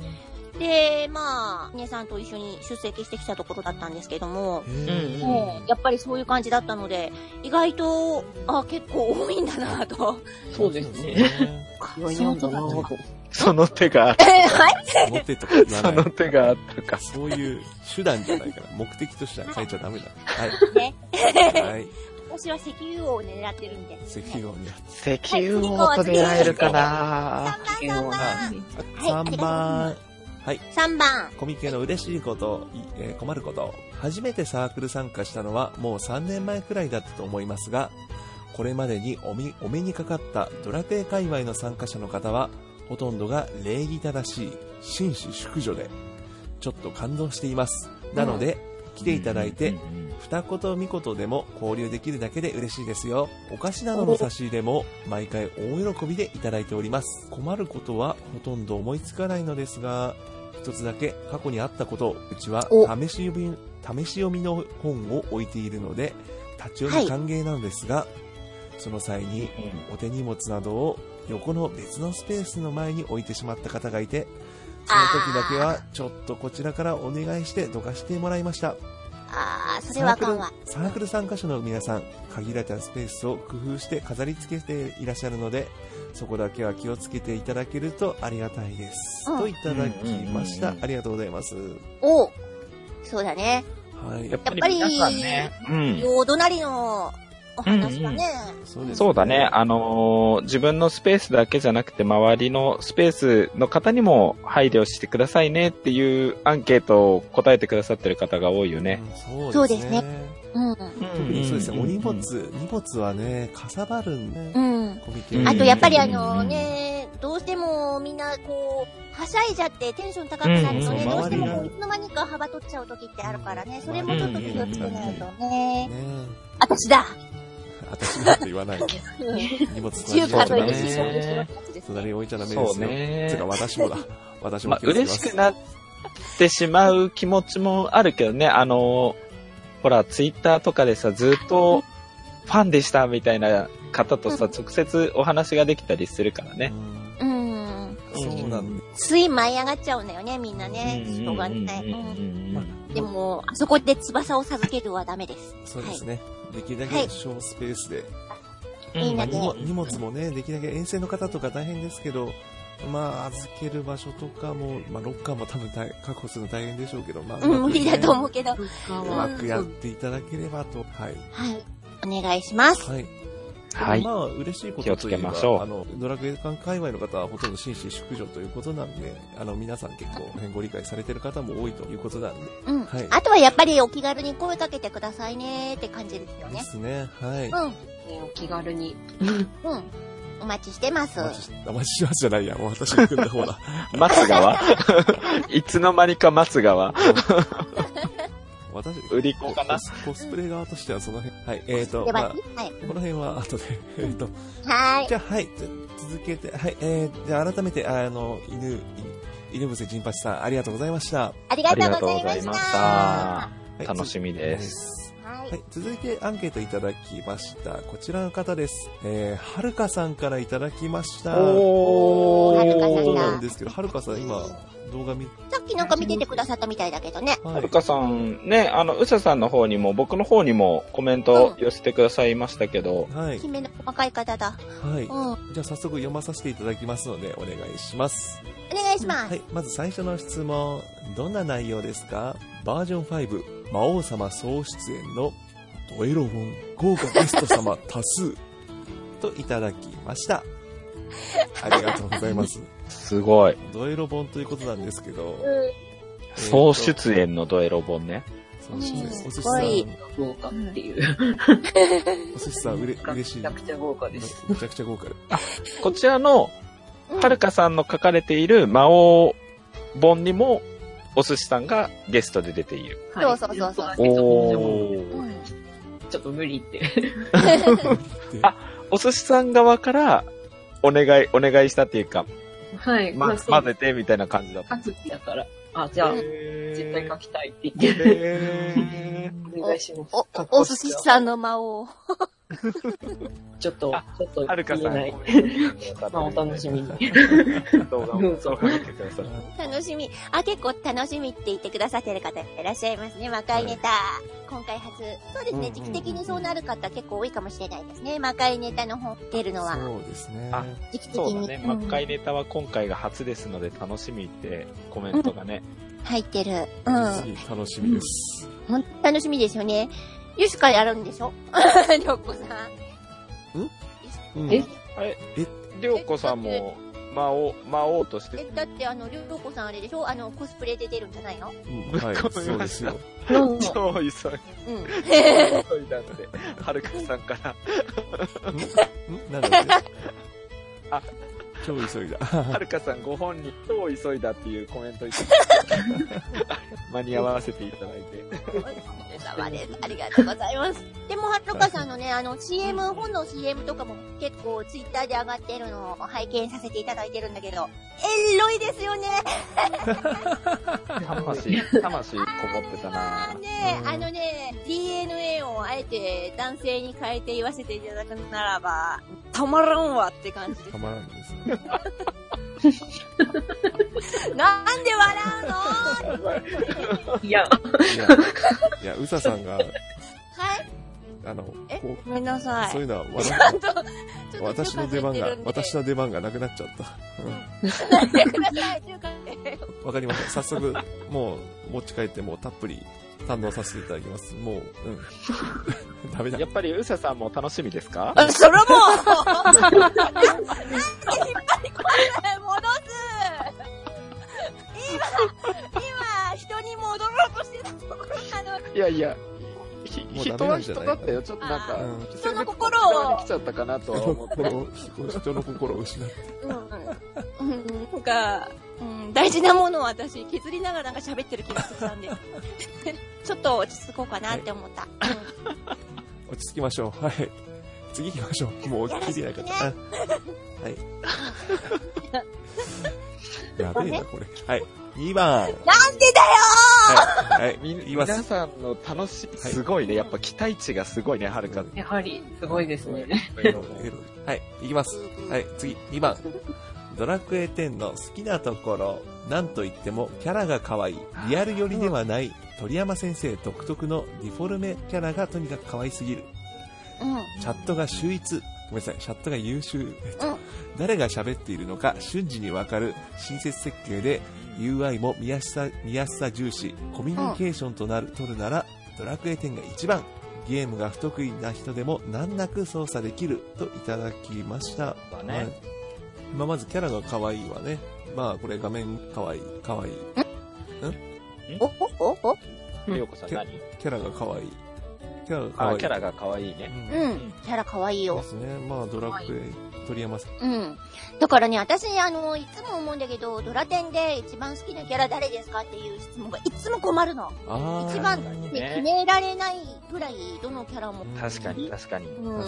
Speaker 2: で、まあ、姉さんと一緒に出席してきたところだったんですけども、
Speaker 1: へ
Speaker 3: うん
Speaker 2: もうやっぱりそういう感じだったので、意外と、あ、結構多いんだなと。
Speaker 1: ー
Speaker 4: そうですね。
Speaker 2: そう
Speaker 4: いやなんだな
Speaker 1: そう
Speaker 4: ぁ
Speaker 1: か
Speaker 4: と。
Speaker 3: その手があっ
Speaker 2: *laughs* え、はい
Speaker 1: その手とか言
Speaker 3: た。そ
Speaker 1: わな
Speaker 3: の
Speaker 1: い。
Speaker 3: 手があったか。
Speaker 1: そういう手段じゃないから、目的としては変えちゃダメだ。はい。
Speaker 2: ね。
Speaker 1: はい。
Speaker 2: 私は石油王を狙ってるんで。
Speaker 1: 石油王に。
Speaker 3: 石
Speaker 2: 油王と出会えるか
Speaker 3: な
Speaker 2: 3番、
Speaker 1: 3番。はい。
Speaker 2: 3番。3番。
Speaker 1: コミケの嬉しいこと、いえー困ること。初めてサークル参加したのはもう3年前くらいだったと思いますが、これまでにおみお目にかかったドラクエ界隈の参加者の方は、ほとんどが礼儀正しい、紳士淑女で、ちょっと感動しています。なので、来ていただいて、二言三言でも交流できるだけで嬉しいですよお菓子などの差し入れも毎回大喜びでいただいております困ることはほとんど思いつかないのですが一つだけ過去にあったことをうちは
Speaker 4: お
Speaker 1: 試し読み試し読みの本を置いているので立ち読み歓迎なのですが、その際にお手荷物などを横の別のスペースの前に置いてしまった方がいてその時だけはちょっとこちらからお願いしてどかしてもらいました
Speaker 2: あー、それはあかんわ。
Speaker 1: サークル参加者の皆さん、限られたスペースを工夫して飾り付けていらっしゃるので、そこだけは気をつけていただけるとありがたいです。
Speaker 2: うん
Speaker 1: といただきまし
Speaker 3: うん
Speaker 1: た
Speaker 3: うんう。ん
Speaker 1: ありがとうございます。
Speaker 2: おそうだね。
Speaker 1: はい
Speaker 3: やっ。ぱり皆さんね。うん。
Speaker 2: お隣のお話がね。
Speaker 1: そうです
Speaker 3: そうだね。。あのー自分のスペースだけじゃなくて、周りのスペースの方にも配慮してくださいねっていうアンケートを答えてくださってる方が多いよね。
Speaker 1: うんそ
Speaker 2: そうう
Speaker 1: で
Speaker 2: ですす
Speaker 1: ね
Speaker 2: ね。うん。
Speaker 1: 特にそうですね。お荷物、
Speaker 3: う
Speaker 1: 荷物はね、かさばるんで
Speaker 2: う、ん。
Speaker 1: コミケ
Speaker 2: あとやっぱりあ
Speaker 3: うんうんうんう
Speaker 2: の
Speaker 3: ん
Speaker 2: ね、どうしてもみんなこう、はしゃいじゃってテンション高くなるとね、
Speaker 1: うんうん
Speaker 2: どうして
Speaker 1: 周
Speaker 2: もこ
Speaker 1: りが
Speaker 2: ういつの間にか幅取っちゃう時ってあるからね、それもちょっと気をつけないと
Speaker 1: ね
Speaker 2: ね。私だ
Speaker 1: 私だって言わない。 *laughs* 荷物取られちゃ
Speaker 2: 中華
Speaker 1: ダ
Speaker 2: と
Speaker 1: メ
Speaker 2: 一
Speaker 1: で
Speaker 2: 緒
Speaker 1: す
Speaker 2: に
Speaker 1: よ
Speaker 3: ね
Speaker 2: そうです
Speaker 1: 隣
Speaker 2: ね。
Speaker 1: に置いちゃダメです
Speaker 3: そう
Speaker 1: よ。
Speaker 3: ね
Speaker 1: つうか私もだ。私も
Speaker 3: まあ、
Speaker 1: 気をつけま
Speaker 3: 嬉
Speaker 1: す。
Speaker 3: しくなってしまう気持ちもあるけどね、あの、ほら、ツイッターとかでさ、ずっとファンでしたみたいな方とさ、直接お話ができたりするからね。
Speaker 1: う
Speaker 2: うん。
Speaker 1: んそうなんだ。
Speaker 2: つい舞い上がっちゃうんだよね、みんなね。
Speaker 3: うん
Speaker 2: 人がね。
Speaker 3: うんうんうんうん
Speaker 2: うんでも、あそこで翼を授けるはダメです。
Speaker 1: そうです
Speaker 2: は
Speaker 1: ね。できるだ
Speaker 2: は
Speaker 1: け
Speaker 2: い
Speaker 1: 小スペースで。
Speaker 3: う
Speaker 2: みん
Speaker 1: まあ
Speaker 2: な
Speaker 1: 荷
Speaker 2: で
Speaker 1: 物荷物もね、できるだけ遠征の方とか大変ですけど、まあ、預ける場所とかも、まあ、ロッカーも多分大確保するの大変でしょうけど、まあ、
Speaker 2: い。うん、無理だと思
Speaker 1: う
Speaker 2: うけど。は
Speaker 1: まくね。うまくやっていただければと。はい。
Speaker 2: い。お願いします。
Speaker 1: はい。
Speaker 3: はい
Speaker 1: ま。あ、嬉しいことといえば
Speaker 3: 気をつけましょう
Speaker 1: あの、ドラクエ館界隈の方はほとんど紳士淑女ということなんで、あの、皆さん結構ご理解されてる方も多いということなんで。
Speaker 2: うん。
Speaker 1: はい
Speaker 2: あとはやっぱりお気軽に声かけてくださいねって感じですよ
Speaker 1: で
Speaker 2: ね。
Speaker 1: すね。はい。
Speaker 2: うん。
Speaker 4: お気軽に。
Speaker 2: うん。お待ちしてます
Speaker 1: お。待ちしお待ちしますじゃないや。もう私が組んだ方
Speaker 2: *laughs*
Speaker 1: だ。
Speaker 3: 松川 *laughs* いつの間にか松川。
Speaker 1: 私、
Speaker 3: 売り子かな
Speaker 1: コスコスプレ側としてはその辺。はい。えっ、ー、と、
Speaker 2: で
Speaker 1: ま
Speaker 2: は
Speaker 1: あ、
Speaker 2: ね、はい。
Speaker 1: この辺は後で。 *laughs* えっ、と、
Speaker 2: はーい。
Speaker 1: じゃあ、はい。じゃあ続けて、はい。えー、じゃあ改めて、あの、犬、い犬伏陣八さん、ありがとうございました。
Speaker 2: あり
Speaker 3: あ
Speaker 2: が
Speaker 3: りが
Speaker 2: と
Speaker 3: と
Speaker 2: う
Speaker 3: う
Speaker 2: ご
Speaker 3: ご
Speaker 2: ざ
Speaker 3: ざ
Speaker 2: い
Speaker 3: い
Speaker 2: ま
Speaker 3: ま
Speaker 2: し。
Speaker 3: したた
Speaker 2: は。
Speaker 1: はい
Speaker 3: 楽しみです。
Speaker 1: す。
Speaker 2: い。
Speaker 1: はい、続いてアンケートいただきました。こちらの方です。えー、はるかさんからいただきました。
Speaker 3: お
Speaker 2: ーはるか
Speaker 1: そ
Speaker 2: さ
Speaker 1: うん
Speaker 2: だ
Speaker 1: なんですけど、はるかさん今、動画見、
Speaker 2: さっきなんか見ててくださったみたいだけどね。
Speaker 1: は
Speaker 3: はるかさん、ね、あの、うささんの方にも、僕の方にもコメント寄せてくださいましたけど、
Speaker 1: はい。
Speaker 2: きめの細かい方だ。
Speaker 1: はい
Speaker 2: うん。。お
Speaker 1: じゃあ早速読まさせていただきますので、お願いします。
Speaker 2: 願いしま
Speaker 1: は
Speaker 2: す。
Speaker 1: い。まず最初の質問。どんな内容ですかバージョン5、魔王様総出演のドエロフォン豪華ゲスト様多数といただきました。ありがとうございます。
Speaker 3: すごい。
Speaker 1: ドエロ本ということなんですけど、
Speaker 3: 総出演のドエロ本ね。
Speaker 1: そうですね。
Speaker 2: うん
Speaker 1: お寿司
Speaker 2: すご
Speaker 1: さ
Speaker 2: い
Speaker 1: ん、
Speaker 4: 豪華っていう。
Speaker 1: お寿司さん、うれ嬉しい。
Speaker 4: めち
Speaker 1: め
Speaker 4: ゃくちゃ豪華です。
Speaker 1: めちゃくちゃ豪華で。
Speaker 3: こちらの、
Speaker 2: うん
Speaker 3: はるかさんの書かれている魔王本にも、お寿司さんがゲストで出ている。
Speaker 4: はい
Speaker 2: そうそうそうそう
Speaker 4: ちょ
Speaker 2: う
Speaker 3: ー。
Speaker 2: ん
Speaker 4: っと無理って。
Speaker 3: お寿司さん側から、お願い、お願いしたっていうか、
Speaker 4: はい。
Speaker 3: ま、
Speaker 4: あそう
Speaker 3: 混ぜてみたいな感じだった。
Speaker 4: 書く気だから。あ、じゃあ、絶対書きたいって言って、
Speaker 3: へー
Speaker 4: お願いします。
Speaker 2: お、お寿司さんの魔王。
Speaker 4: ちょっと、ちょっと
Speaker 3: はるか
Speaker 4: 言
Speaker 3: さ
Speaker 4: え
Speaker 3: ん
Speaker 4: ない。。まあ、お楽しみに。
Speaker 3: 動画も動画見てください。
Speaker 2: 楽しみ。あ、結構楽しみって言ってくださってる方いらっしゃいますね。魔界ネタ。今回初。そうです
Speaker 1: う
Speaker 2: ね。
Speaker 1: ん
Speaker 2: 時期的にそうなる方結構多いかもしれないですね。魔界ネタの本出るのは。
Speaker 1: そうですね。
Speaker 3: あ
Speaker 2: 時期的
Speaker 3: そう
Speaker 2: に。
Speaker 3: だね。
Speaker 2: う
Speaker 3: 魔
Speaker 2: ん
Speaker 3: 界ネタは今回が初ですので楽しみってコメントがね。
Speaker 2: 入ってる。う
Speaker 1: 次
Speaker 2: ん。
Speaker 1: 楽しみです。
Speaker 2: ほんと楽しみですよね。よしかやるんでしょ *laughs* りょうこさん。
Speaker 1: ん
Speaker 2: よし
Speaker 1: うん
Speaker 4: え
Speaker 3: りょうこさんも魔王、魔王とし
Speaker 2: え
Speaker 3: て。
Speaker 2: だってあの、りょうこさんあれでしょあの、コスプレで出るんじゃないの
Speaker 1: うんはい、
Speaker 3: ぶっ込み
Speaker 1: そう
Speaker 3: ま
Speaker 1: で
Speaker 3: し
Speaker 1: す
Speaker 3: た
Speaker 1: よ。
Speaker 4: うん
Speaker 3: 超急い、超
Speaker 2: うん。 *laughs*
Speaker 3: いだって。はるかさんから。
Speaker 1: んなんだっけ
Speaker 3: あ
Speaker 1: 超急いだ。
Speaker 3: *laughs* はるかさんご本人、超急いだっていうコメントいただいて間に合わせていただいて。
Speaker 2: お疲れ様です。ありがとうございます。でも、はるかさんのね、あの、CM、本の CM とかも結構ツイッターで上がってるのを拝見させていただいてるんだけど、エロいですよね。
Speaker 3: 魂、 *laughs* 魂こもってた
Speaker 2: あ
Speaker 3: な
Speaker 2: ーねあのね、DNA をあえて男性に変えて言わせていただくならば、たまらんわって感じで
Speaker 1: たまらんですね。
Speaker 2: す。なんで笑うの *laughs* は
Speaker 1: い
Speaker 2: い
Speaker 4: や、
Speaker 1: や、いや、うささんが、あの、
Speaker 2: え
Speaker 1: こ
Speaker 2: い。ごめんな
Speaker 1: う
Speaker 2: さ
Speaker 1: そうい
Speaker 2: い。
Speaker 1: うのは、わ
Speaker 2: ち
Speaker 1: た
Speaker 2: ゃんと、ちょっと
Speaker 1: 私の出番
Speaker 2: 中華
Speaker 1: が
Speaker 2: ついてるん、で
Speaker 1: 私
Speaker 2: *laughs*
Speaker 1: の出番がなくなっちゃった。うん
Speaker 2: やってください、中華
Speaker 1: わかりました。早速、もう、持ち帰って、もうたっぷり堪能させていただきます。もう、うん。ダメだ
Speaker 3: や。っぱりうささんも楽しみですか
Speaker 2: あそれもうなんで引っ張り込んで戻す今、今、人に戻ろうとしてたところなのに。
Speaker 3: いやいや、ひ
Speaker 1: もうダ
Speaker 3: 人
Speaker 1: メな
Speaker 3: は
Speaker 1: んじゃ
Speaker 3: 人
Speaker 1: ない
Speaker 3: だったよ。ちょっとなん
Speaker 2: あ
Speaker 1: ー
Speaker 3: か、
Speaker 2: 人の心を
Speaker 3: に来ちゃったかなとは
Speaker 1: 人の
Speaker 3: 思って。
Speaker 1: 心を、人の心を失って。
Speaker 2: うん。うん。なんか、うん、大事なものを私、削りながらなんか喋ってる気がしてたんで。ちょっと落ち着こうかなって思った。
Speaker 1: 落ち着きましょう。はい。次行きましょう。もう聞いてなかった。はい。や *laughs* べえな、これ。はい。2番。
Speaker 2: なんでだよ
Speaker 1: はい。はい、
Speaker 3: *laughs* み
Speaker 1: 言います
Speaker 3: 皆さんの楽しい、
Speaker 1: はい
Speaker 3: すごいね。やっぱ期待値がすごいね、はるか。
Speaker 4: やはり、すごいですね。
Speaker 1: はい、いきます。はい、次、2番。ドラクエ10の好きなところ、なんといってもキャラが可愛い。リアル寄りではない、鳥山先生独特のディフォルメキャラがとにかく可愛すぎる。
Speaker 2: うん。
Speaker 1: チャットが秀逸。ごめんなさい、チャットが優秀。えっと誰が喋っているのか瞬時にわかる親切設計で、UI も見やすさ、見やすさ重視。コミュニケーションとなる、取るなら、ドラクエ10が一番。ゲームが不得意な人でも難なく操作できるといただきました。
Speaker 3: だ
Speaker 1: は
Speaker 3: ね
Speaker 1: い。まあ、まずキャラが可愛いわね。まあ、これ画面可愛い、可愛い。
Speaker 2: お、お、お、お
Speaker 4: うん
Speaker 3: ようこさん何
Speaker 1: キャラが可愛い。キャラが可愛
Speaker 3: あ、
Speaker 1: い。
Speaker 3: キャラが可愛いね。
Speaker 1: うん
Speaker 2: う。ん。キャラ可愛い
Speaker 1: で
Speaker 2: よ。
Speaker 1: すね。まあ、ドラクエ、鳥山さん。
Speaker 2: うん。だからね、私、あの、いつも思うんだけど、ドラテンで一番好きなキャラ誰ですかっていう質問がいつも困るの。
Speaker 1: あー
Speaker 2: 一番
Speaker 3: 確かに
Speaker 2: で
Speaker 3: ね
Speaker 2: 決められないぐらい、どのキャラも。
Speaker 3: 確かに、確かに。
Speaker 2: うん。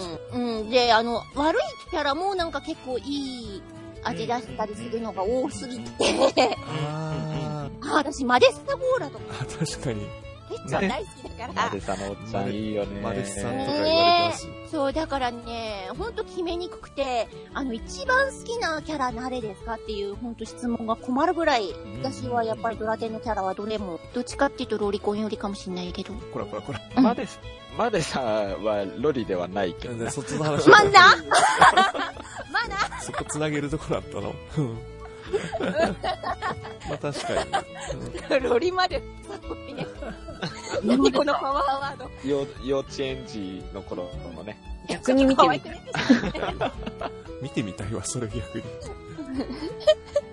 Speaker 2: うん。で、あの、悪いキャラもなんか結構いい味出したりするのが多すぎ
Speaker 3: *laughs*
Speaker 2: て、
Speaker 1: あ
Speaker 2: あ、私、マデスタゴーラとか
Speaker 1: ーあ、確かに。
Speaker 2: めっちゃ大好きだか
Speaker 3: マ
Speaker 2: ら
Speaker 3: デ。さんのおっちゃんいいよね。
Speaker 1: マルスさんとか言われてます。
Speaker 2: そう、だからね、ほんと決めにくくて、あの、一番好きなキャラ誰ですかっていう、ほんと質問が困るぐらい、私はやっぱりドラテンのキャラはどれも、どっちかっていうとロリコンよりかもしんないけど。
Speaker 1: こらこらこら。
Speaker 3: マデス、マデさんはロリではないけどな。
Speaker 1: そっちの話。
Speaker 2: まだまだ
Speaker 1: そこ繋げるところだったの。うん *laughs* まあ確かに。
Speaker 2: ロリまですごいね。何このパワーワード。
Speaker 3: 幼幼稚園児の頃のね。
Speaker 4: 逆に見て
Speaker 2: 可愛く
Speaker 4: みたい。
Speaker 2: ね。
Speaker 1: 見てみたいわ、それ逆に。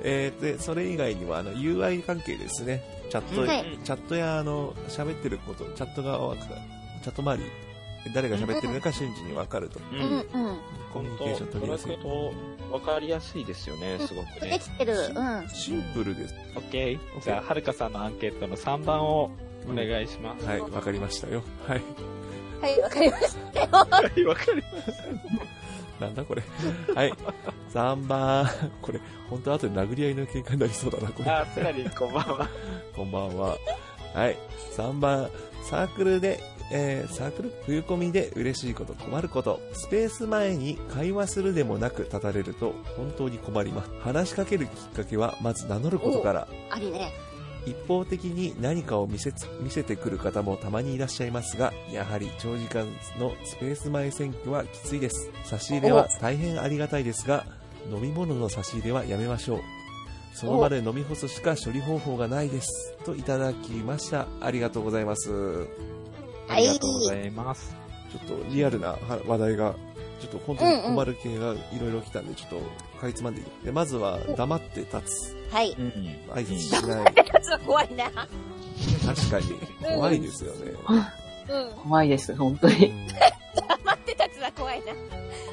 Speaker 1: えー、で、それ以外には、あの、UI 関係ですね。チャット、
Speaker 2: はい
Speaker 1: チャットや、あの、喋ってること、チャットが、チャット周り、誰が喋ってるのか瞬時にわかると。
Speaker 3: う
Speaker 2: うん。うん。
Speaker 1: コミュニケーション取りやすい。
Speaker 3: と、わかりやすいですよね、すごく
Speaker 2: で
Speaker 3: ね。
Speaker 2: きてる。うん。
Speaker 1: シンプルです。
Speaker 3: オッケー。じゃあ、はるかさんのアンケートの3番をお願いします。
Speaker 1: はい、わかりましたよ。はい。
Speaker 2: はい、わかりましたよ。
Speaker 3: はい、わかり
Speaker 1: なんだこれ。 *laughs* はい。3番。 *laughs* これ、本当後で殴り合いの喧嘩になりそうだな、これ。 *laughs*
Speaker 3: あ、すらり、こんばんは。
Speaker 1: こんばんは。はい。3番、サークルで、えー、サークル冬込みで嬉しいこと、困ること。スペース前に会話するでもなく立たれると本当に困ります。話しかけるきっかけはまず名乗ることから。
Speaker 2: ありね。
Speaker 1: 一方的に何かを見せつ見せてくる方もたまにいらっしゃいますが、やはり長時間のスペース前選挙はきついです。差し入れは大変ありがたいですが、飲み物の差し入れはやめましょう。その場で飲み干すしか処理方法がないです。といただきました。ありがとうございます。
Speaker 3: ありがとうございます。
Speaker 1: ちょっとリアルなは話題が、ちょっと本当に困る系がいろいろ来たんで、ちょっとかいつまんでいいでまずは黙って立つ。
Speaker 2: はい。
Speaker 3: *laughs* うん。
Speaker 1: 挨拶し
Speaker 3: うん
Speaker 1: ない。
Speaker 2: やつは怖いな。
Speaker 1: 確かに。怖いですよね。
Speaker 2: うん。
Speaker 4: *laughs* 怖いです、本当に。
Speaker 1: うん
Speaker 2: 黙ってたつは怖いな。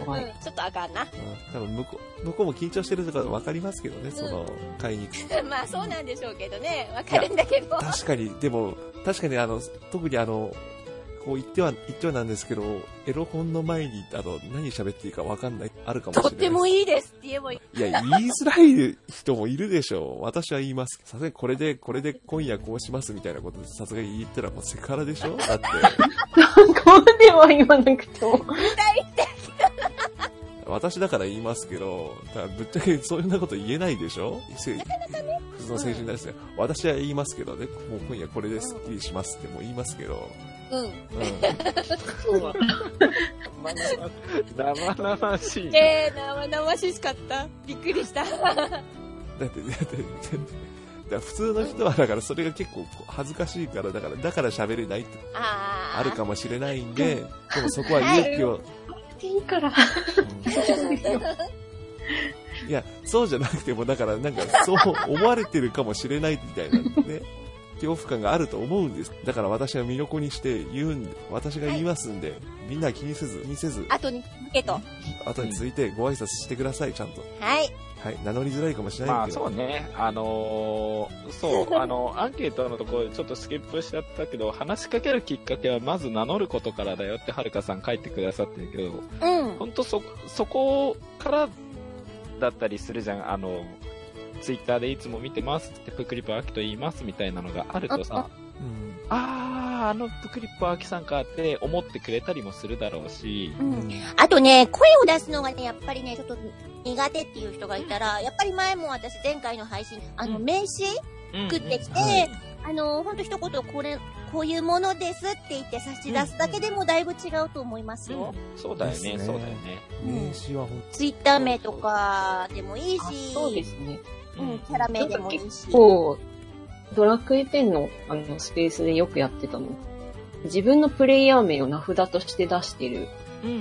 Speaker 4: 怖い。 *laughs*
Speaker 2: うん。ちょっとあかんな。
Speaker 1: 多分向こう、向こうも緊張してるとか分かりますけどね、その、買いに行く。
Speaker 2: まあそうなんでしょうけどね。わかるんだけど。
Speaker 1: 確かに、でも、確かにあの、特にあの、こう言っては、言ってはなんですけど、エロ本の前に、あの、何喋っていいか分かんない、あるかもしれ
Speaker 2: と
Speaker 1: な
Speaker 2: っ
Speaker 1: い。
Speaker 2: てもいいですって言えばいい。
Speaker 1: いや、言いづらい人もいるでしょう。私は言います。さすがにこれで、これで今夜こうしますみたいなことで、さすがに言ったらもうセカラでしょだって、
Speaker 4: こうでは言わなくても。
Speaker 1: 私だから言いますけど、だからぶっちゃけそんなこと言えないでしょせその政治に対して、私は言いますけどね、もう今夜これでスッキリしますってもう言いますけど、
Speaker 2: うん。
Speaker 1: *laughs* うん、
Speaker 3: 生々しいね。
Speaker 2: えー、生々しかった。びっくりした。
Speaker 1: だって、だって、だって普通の人はだからそれが結構恥ずかしいから、だから、だから喋れないって
Speaker 2: あー。
Speaker 1: あるかもしれないんで、でもそこは勇気を、
Speaker 4: いいから。
Speaker 1: うんい *laughs* や、そうじゃなくても、だからなんかそう思われてるかもしれないみたいなんでね。恐怖感があると思うんです。だから私は身の粉にして言うんで、私が言いますんで、みんな気にせず、気にせず、
Speaker 2: 後に向けと。は
Speaker 1: 後に続いてご挨拶してください、ちゃんと。
Speaker 2: い。
Speaker 1: はい、名乗りづらいかもしれ
Speaker 3: ま
Speaker 1: ない
Speaker 3: あ
Speaker 1: けど。
Speaker 3: そうね、あのー *laughs* そう、あの、アンケートのところでちょっとスキップしちゃったけど、話しかけるきっかけはまず名乗ることからだよってはるかさん書いてくださってるけど、
Speaker 2: うん。
Speaker 3: 本当そ、そこからだったりするじゃん。あの、ツイッターでいつも見てますって、プクリプアキと言いますみたいなのがあるとさ、
Speaker 1: うん。
Speaker 3: あー、あのプクリプアキさんかって思ってくれたりもするだろうし、
Speaker 2: うん。あとね、声を出すのがね、やっぱりね、ちょっと苦手っていう人がいたら、やっぱり前も私前回の配信、あの、
Speaker 3: うん
Speaker 2: 名刺、作ってきて、
Speaker 1: はい
Speaker 2: あの、ほんと一言、これ、こういうものですって言って差し出すだけでもだいぶ違うと思います
Speaker 3: うん
Speaker 2: よ。
Speaker 3: そうだよ
Speaker 1: ですね
Speaker 3: ね、そうだよね。
Speaker 1: 名刺はほんと
Speaker 2: ツイッター名とかでもいい
Speaker 4: あ
Speaker 2: し、
Speaker 4: そうですね。
Speaker 2: うん、キャラ名でもいいし。
Speaker 4: こう、ドラクエ10のあのスペースでよくやってたの。自分のプレイヤー名を名札として出してる、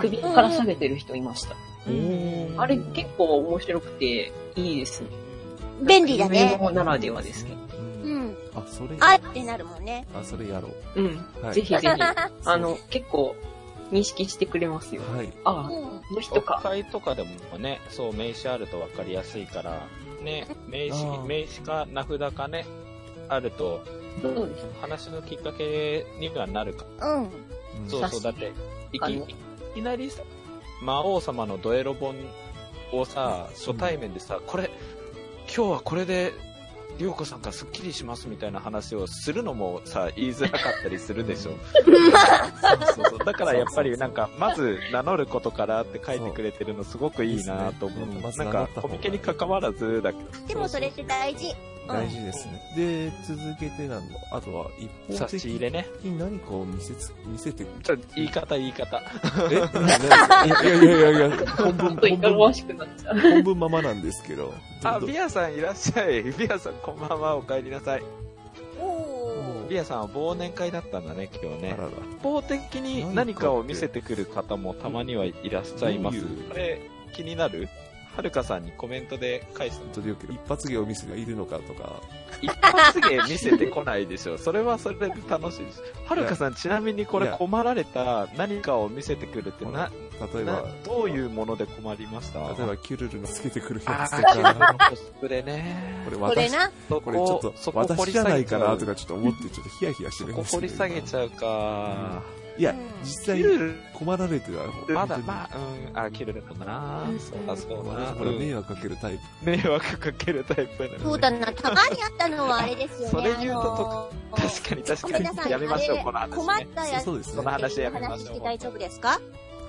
Speaker 4: 首から下げてる人いました。
Speaker 1: うん
Speaker 4: あれ結構面白くていいですね。
Speaker 2: 便利だね。
Speaker 4: 有名ならではですけど。
Speaker 1: う。
Speaker 2: うんん。
Speaker 1: あ、それ、
Speaker 2: あってなるもんね。
Speaker 1: あ、それやろう。
Speaker 4: うん。
Speaker 1: はい。
Speaker 4: ぜひぜひ。
Speaker 2: う
Speaker 4: *laughs* あの、結構認識してくれますよ。
Speaker 1: はい。
Speaker 4: ああ、こ
Speaker 2: ん。
Speaker 4: の人
Speaker 3: 国
Speaker 4: か。
Speaker 3: 会とかでもね、そう、名刺あると分かりやすいから、ね、名
Speaker 1: あー
Speaker 3: 刺、名刺か名札かね、あると、
Speaker 4: そうです。
Speaker 3: 話のきっかけにはなるか。
Speaker 2: うん。
Speaker 1: うん
Speaker 3: そうそう、だ
Speaker 4: 確
Speaker 3: って、い
Speaker 4: あ
Speaker 3: き
Speaker 4: の
Speaker 3: いきなりさ、魔王様のドエロ本をさ、初対面でさ、これ、今日はこれで、りょうこさんがスッキリしますみたいな話をするのもさ、言いづらかったりするでしょ。そうそうだからやっぱりなんか、まず名乗ることからって書いてくれてるのすごくいいなと思
Speaker 1: そう
Speaker 3: う。
Speaker 1: ですね
Speaker 3: なん
Speaker 1: まず名乗
Speaker 3: か
Speaker 1: った、方
Speaker 3: コ
Speaker 1: が
Speaker 3: ミケに関わらずだけど。
Speaker 2: でもそれって大事。
Speaker 1: 大事ですね。で、続けてなの。あとは、一
Speaker 3: 差
Speaker 1: 方
Speaker 3: し
Speaker 1: 的
Speaker 3: 入
Speaker 1: に
Speaker 3: れね。
Speaker 1: 何かを見せつ、見せてくる。
Speaker 3: ちょっと言い方言い方。
Speaker 1: え、いやいやいやいや、本
Speaker 4: ちょ
Speaker 1: 文、
Speaker 4: っとい
Speaker 1: 本
Speaker 4: かが
Speaker 1: 文
Speaker 4: わ、しくなっちゃう。
Speaker 1: 本文ままなんですけど。
Speaker 3: あ、
Speaker 1: どう
Speaker 3: ビアさんいらっしゃい。 *laughs* ビアさんこんばんは、お帰りなさい。
Speaker 2: おおー。
Speaker 3: ビアさんは忘年会だったんだね、今日
Speaker 1: あ
Speaker 3: ね
Speaker 1: ら。ら。
Speaker 3: 一方的に何かを見せてくる方もたまにはいらっしゃいます
Speaker 1: どういう。
Speaker 3: これ、気になるはるかさんにコメントで返した
Speaker 1: 本当によく一発芸を見せがいるのかとか。
Speaker 3: 一発芸見せてこないでしょ。それはそれで楽しいです。はるかさん、ちなみにこ
Speaker 1: い
Speaker 3: れ
Speaker 1: や
Speaker 3: 困られた何かを見せてくるってな、
Speaker 1: 例えば
Speaker 3: な、どういうもので困りました
Speaker 1: 例えば、キュルルのつけてくるや
Speaker 3: あ
Speaker 1: つとか。
Speaker 3: ー、コスプレね。
Speaker 1: これ
Speaker 2: これ
Speaker 1: 私、
Speaker 2: な。
Speaker 3: そ
Speaker 1: これちょっと、
Speaker 3: そこ掘
Speaker 1: 私
Speaker 3: り
Speaker 1: じゃ
Speaker 3: 下
Speaker 1: な
Speaker 3: げ
Speaker 1: い
Speaker 3: ち
Speaker 1: か
Speaker 3: ゃう
Speaker 1: なとかちょっと思って、ちょっとヒヤヒヤして
Speaker 3: そ
Speaker 1: るん
Speaker 3: こ
Speaker 1: です
Speaker 3: 掘り下げちゃうか。
Speaker 1: 今いや
Speaker 2: うん、
Speaker 1: 実際
Speaker 3: キ
Speaker 1: に
Speaker 3: ル
Speaker 1: 困られては、
Speaker 3: ル、まだ、まあ、うん、あ、キルルかもな
Speaker 2: う。ん
Speaker 3: そうだ、そうだな。
Speaker 1: 私これ迷惑かけるタイプ。
Speaker 3: 迷惑かけるタイプなのね
Speaker 2: そうだな。たまにあったのはあれですよね。
Speaker 3: それ言うと
Speaker 2: あのー
Speaker 3: 確かに確
Speaker 2: ごめんな
Speaker 3: か
Speaker 2: さい
Speaker 3: に。やめましょう、この話、ね。
Speaker 2: 困ったやつ
Speaker 1: そうです
Speaker 3: こ
Speaker 1: ね
Speaker 3: の。話やめま
Speaker 2: 話
Speaker 3: し
Speaker 2: し
Speaker 3: ょう
Speaker 2: て。大丈夫ですか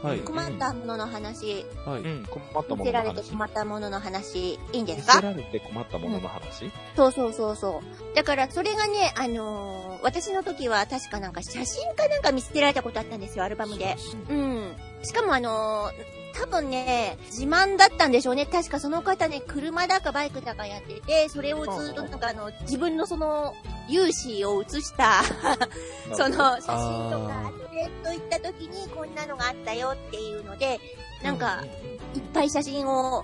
Speaker 1: はい。
Speaker 3: ん
Speaker 2: 困ったものの話、
Speaker 1: は
Speaker 3: う
Speaker 1: い。
Speaker 3: ん、困った
Speaker 2: 見
Speaker 3: もの
Speaker 2: せ
Speaker 3: の
Speaker 2: られて
Speaker 3: 話。
Speaker 2: 困ったものの話、いいんで
Speaker 3: 見
Speaker 2: す
Speaker 3: せ
Speaker 2: から
Speaker 3: れて困ったものの話、
Speaker 2: そうそうそうそう。だから、それがね、あのー私の時は確かなんか写真かなんか見捨てられたことあったんですよ、アルバムで。うん。しかもあのー多分ね、自慢だったんでしょうね。確かその方ね、車だかバイクだかやってて、それをずっとなんかあの、自分のその、有志を写 *laughs* した、その写真とかア
Speaker 1: あー
Speaker 2: トレット行った時にこんなのがあったよっていうので、なんか、
Speaker 3: う
Speaker 2: いっぱい写真を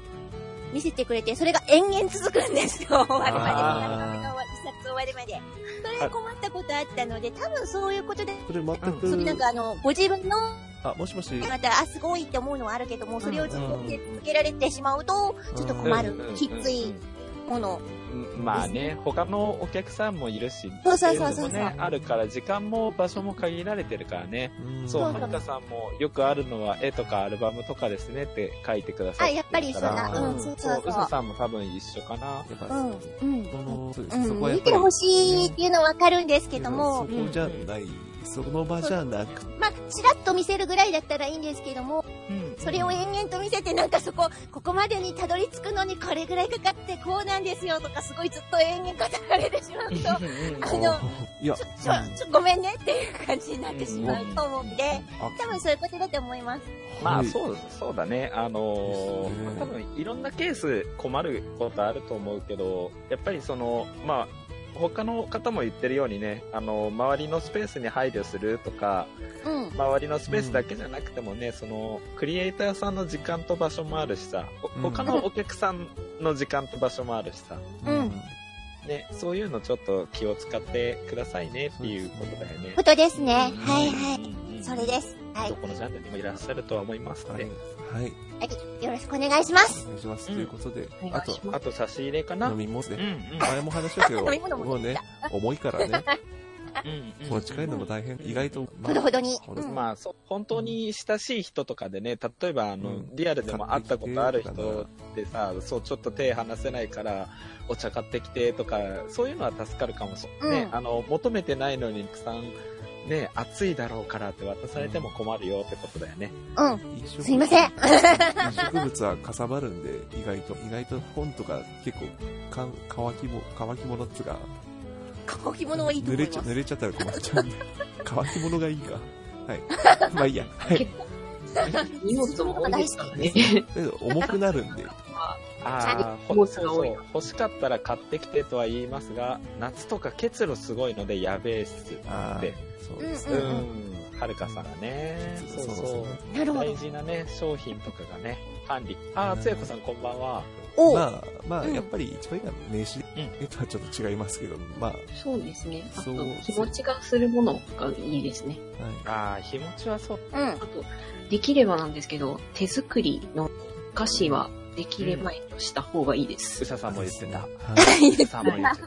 Speaker 2: 見せてくれて、それが延々続くんですよ、終わるま
Speaker 1: あ
Speaker 2: で。
Speaker 1: ー
Speaker 2: あの一冊終わるまで。それで困ったことあったので、多分そういうことで、
Speaker 1: それ全
Speaker 2: それなん
Speaker 1: く、
Speaker 2: かあの、ご自分の、
Speaker 1: あ、もしもし、
Speaker 2: また、あ、すごいって思うのはあるけども、それをずっと受け続けられてしまうと、ちょっと困る
Speaker 3: うんうんうんう、ん
Speaker 2: きついもの。
Speaker 3: んまあね、他のお客さんもいるし、
Speaker 2: そうそうそうそう
Speaker 3: っていのもね、あるから、時間も場所も限られてるからね。そう、
Speaker 2: そう
Speaker 3: はるかさんもよくあるのは絵とかアルバムとかですねって書いてくださ
Speaker 2: あ、
Speaker 3: い
Speaker 2: やっぱりそうだ。
Speaker 1: あー
Speaker 2: うん、そうそう
Speaker 3: うさ
Speaker 2: そ
Speaker 3: さんも多分一緒かな。
Speaker 1: やっ
Speaker 2: う。う
Speaker 1: ぱ、
Speaker 2: ん、うん。
Speaker 1: この、そうで
Speaker 2: う
Speaker 1: す。そこは
Speaker 2: ん、
Speaker 1: やっ
Speaker 2: 見
Speaker 1: ぱ
Speaker 2: て
Speaker 1: り、
Speaker 2: ほしいっていうのはわかるんですけども、
Speaker 1: そこじゃない、その場じゃなく
Speaker 2: まあ、ちらっと見せるぐらいだったらいいんですけども、それを延々と見せて、なんかそこ、ここまでにたどり着くのにこれぐらいかかって、こうなんですよとか、すごいずっと延々語られてしまうと、あの、
Speaker 1: いや、
Speaker 2: ちょ、ちょ、ごめんねっていう感じになってしまうと思うんで、多分そういうことだと思います。
Speaker 3: ま
Speaker 1: は
Speaker 3: あ
Speaker 1: い
Speaker 3: そう、そうだね。あ
Speaker 1: ですね
Speaker 3: のー、まあ多分いろんなケース困ることあると思うけど、やっぱりその、まあ、他の方も言ってるようにね、あのー、周りのスペースに配慮するとか、
Speaker 2: うん。
Speaker 3: 周りのスペースだけじゃなくてもね、その、クリエイターさんの時間と場所もあるしさ、お
Speaker 1: うん
Speaker 3: 他のお客さんの時間と場所もあるしさ、
Speaker 2: うん
Speaker 3: ね、そういうのちょっと気を使ってくださいねっていうことだよね。
Speaker 2: ことですね。はいは
Speaker 3: う
Speaker 2: い。
Speaker 3: んうん
Speaker 2: それです。はい
Speaker 3: ど。このジャンルにもいらっしゃるとは思いますの
Speaker 1: はい
Speaker 3: で、。
Speaker 1: はい。
Speaker 2: はいよろしくお願いします。
Speaker 1: お願いします。と
Speaker 3: うん
Speaker 1: いうことで、
Speaker 4: お願いし
Speaker 1: あ
Speaker 4: ます
Speaker 1: と、
Speaker 3: あと差し入れかな。う
Speaker 1: 飲
Speaker 3: ん
Speaker 1: み物
Speaker 3: うん。
Speaker 1: で。前も話したけど、
Speaker 2: *laughs* 飲み物も
Speaker 1: もうね、重いからね、
Speaker 3: うんうん
Speaker 1: 持ち帰るのも大変、意外と、ま
Speaker 2: ほどほどに。
Speaker 1: ほ
Speaker 2: う
Speaker 1: ど
Speaker 2: ん
Speaker 3: まあ、そう本当に親しい人とかでね、例えばあの、
Speaker 1: うん
Speaker 3: リアルでも会ったことある人ってさ、そう、ちょっと手離せないから、お茶買ってきてとか、そういうのは助かるかもしれない、ね
Speaker 2: うん
Speaker 3: あの、求めてないのに、たくさん、ね、暑いだろうからって渡されても困るよってことだよね。
Speaker 2: うん。
Speaker 1: 飲食
Speaker 2: すいません。
Speaker 1: 植物はかさばるんで、意外と、意外と本とか結構、か乾きも、乾き物っつうか、
Speaker 2: 乾き物はいい
Speaker 1: 濡
Speaker 2: と思
Speaker 1: れ
Speaker 2: い
Speaker 1: ちゃ、
Speaker 2: ます。
Speaker 1: 濡れちゃったら困っちゃうんで、乾き物がいいか。はい。
Speaker 2: *laughs*
Speaker 1: まあいいや。はい。
Speaker 4: 結構、荷物も多いですからね。
Speaker 1: だけど重くなる
Speaker 2: *laughs*
Speaker 1: んで、
Speaker 3: ああ、
Speaker 4: 荷
Speaker 3: ほ
Speaker 4: 物
Speaker 3: そ
Speaker 4: が多
Speaker 3: う
Speaker 4: い
Speaker 3: 欲しかったら買ってきてとは言いますが、夏とか結露すごいのでやべえっす
Speaker 1: ああ
Speaker 3: って。、
Speaker 1: そうです
Speaker 3: う
Speaker 2: うん
Speaker 1: ね。
Speaker 3: ん、はるかさんがね、
Speaker 1: そう
Speaker 3: そう
Speaker 1: そう
Speaker 3: そう。
Speaker 2: なるほ
Speaker 3: 大
Speaker 2: ど。
Speaker 3: 事なね、商品とかがね、管理。あー、つやこさんこんばんは。
Speaker 2: おう。
Speaker 1: まあ、まあ、
Speaker 2: うん
Speaker 1: やっぱり一番いいのは名刺でとはちょっと違いますけど、まあ、は
Speaker 4: そうですね。あ
Speaker 1: そ
Speaker 4: と
Speaker 1: う、
Speaker 4: 気持ちがするものがいいですね。
Speaker 1: い。
Speaker 3: あー、日持ちはそう。
Speaker 2: うん
Speaker 4: あ。と、できればなんですけど、手作りの菓子はできればした方がいいです
Speaker 3: う。ささんも言っ
Speaker 1: *laughs*
Speaker 3: てた。
Speaker 1: は
Speaker 3: うささんも言って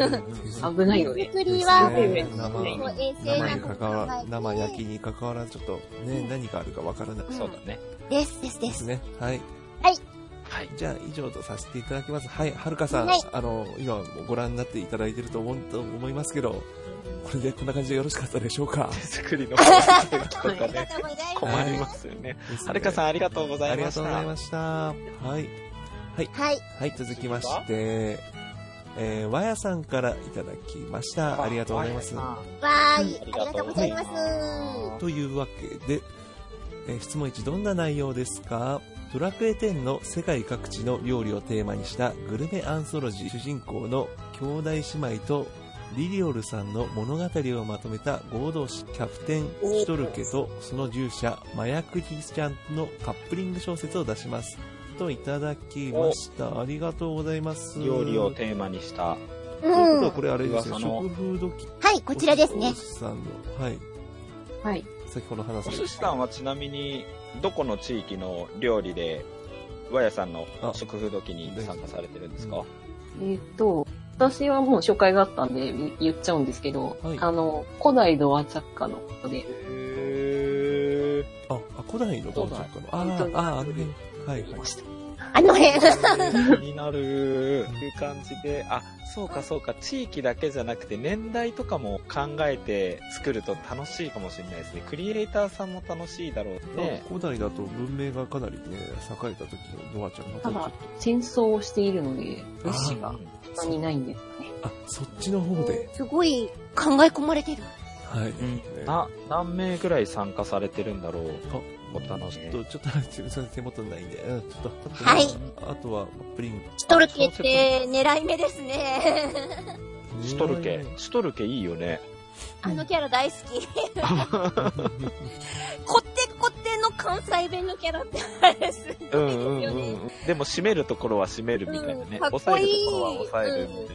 Speaker 3: た。
Speaker 1: *laughs* うん
Speaker 4: 危ないので。
Speaker 2: 作り
Speaker 1: あ
Speaker 2: は、
Speaker 1: ー
Speaker 4: ですね
Speaker 1: 生
Speaker 2: もう衛生
Speaker 1: 生
Speaker 2: な
Speaker 1: に
Speaker 2: こと
Speaker 1: 関
Speaker 2: 考
Speaker 1: わら、
Speaker 2: えて
Speaker 1: 生焼きに関わらず、ちょっとね、何があるかわからない。
Speaker 3: そうだね。
Speaker 2: です、です、で
Speaker 1: です
Speaker 2: す。
Speaker 1: ね。はい。
Speaker 3: はい。
Speaker 1: じゃあ、以上とさせていただきます。はい、はるかさん、
Speaker 2: はい
Speaker 1: あの、今もご覧になっていただいてると思うと思いますけど、これでこんな感じでよろしかったでしょう *laughs* か。
Speaker 3: 手作りのケーキと
Speaker 2: あり
Speaker 3: か
Speaker 2: が *laughs*
Speaker 3: ね、
Speaker 2: とうございます。
Speaker 3: 困りますよね。はるかさん
Speaker 1: ん、
Speaker 3: ありがとうござ
Speaker 1: あ
Speaker 3: い
Speaker 1: り
Speaker 3: ま
Speaker 1: が
Speaker 3: し
Speaker 1: と
Speaker 3: た。
Speaker 1: うございました。はい。
Speaker 2: はい。
Speaker 1: はい、続きまして、えー、わやさんからいただきました。ありがとうございます。
Speaker 3: は
Speaker 2: わー
Speaker 3: う
Speaker 2: い。
Speaker 3: ん
Speaker 2: ありがとうございます。
Speaker 3: は
Speaker 1: というわけで、えー質問1どんな内容ですかドラクエ10の世界各地の料理をテーマにしたグルメアンソロジー主人公の兄弟姉妹とリリオルさんの物語をまとめた合同誌キャプテンシトルケとその従者麻薬キスちゃんのカップリング小説を出しますといただきましたありがとうございます
Speaker 3: 料理をテーマにした。
Speaker 1: ということ
Speaker 2: う
Speaker 1: は
Speaker 2: ん。
Speaker 1: これあれですよ
Speaker 3: 噂の
Speaker 1: 食風土器
Speaker 2: はい、こちらですね
Speaker 1: お。寿司さんのはい
Speaker 4: はい。
Speaker 1: 先ほど話
Speaker 3: お
Speaker 1: し
Speaker 3: 寿司さんはちなみに、どこの地域の料理で、和やさんの食風時に参加されてるんですか
Speaker 4: えーっ、と、私はもう紹介があったんで言っちゃうんですけど、
Speaker 1: はい
Speaker 4: あの、古代ドアチャッカのことで、
Speaker 3: へ
Speaker 1: あ、あ古代の到着かな。あ
Speaker 4: 古代
Speaker 1: ーあー、あの辺。はい
Speaker 4: 言い
Speaker 1: は
Speaker 4: ました。
Speaker 2: あの辺。
Speaker 3: ー。気になる。いう感じで、あ、そうかそうか、地域だけじゃなくて年代とかも考えて作ると楽しいかもしれないですね。クリエイターさんも楽しいだろう
Speaker 1: い。
Speaker 3: ね。
Speaker 1: 古代だと文明がかなりね、栄えた時のドアちゃんが
Speaker 4: ただ、戦争をしているので、物資
Speaker 1: あ
Speaker 4: が
Speaker 3: うん
Speaker 4: そんなにないんですよね。
Speaker 1: あ、そっちの方で。
Speaker 2: すごい考え込まれてる。
Speaker 1: はい。あ、
Speaker 3: な、何名ぐらい参加されてるんだろう。お楽しみ
Speaker 1: ちょっと、ちょっと、すいません手元にないんで、うん、ちょっと、
Speaker 2: はい
Speaker 1: あとは、プリン。
Speaker 2: シトルケって狙い目ですね。
Speaker 3: シュトルケ。シュトルケいいよね。
Speaker 2: あのキャラ大好き。こってこっての関西弁のキャラってあれす
Speaker 3: う
Speaker 2: ご
Speaker 3: ん
Speaker 2: いです
Speaker 3: うん
Speaker 2: よ
Speaker 3: う
Speaker 2: ね。
Speaker 3: ん。でも、締めるところは締めるみたいな
Speaker 2: うん
Speaker 3: ね。
Speaker 2: かっ
Speaker 3: 抑
Speaker 2: こ
Speaker 3: える
Speaker 2: いい
Speaker 3: ところは抑えるみた
Speaker 1: う
Speaker 3: いな。
Speaker 1: ん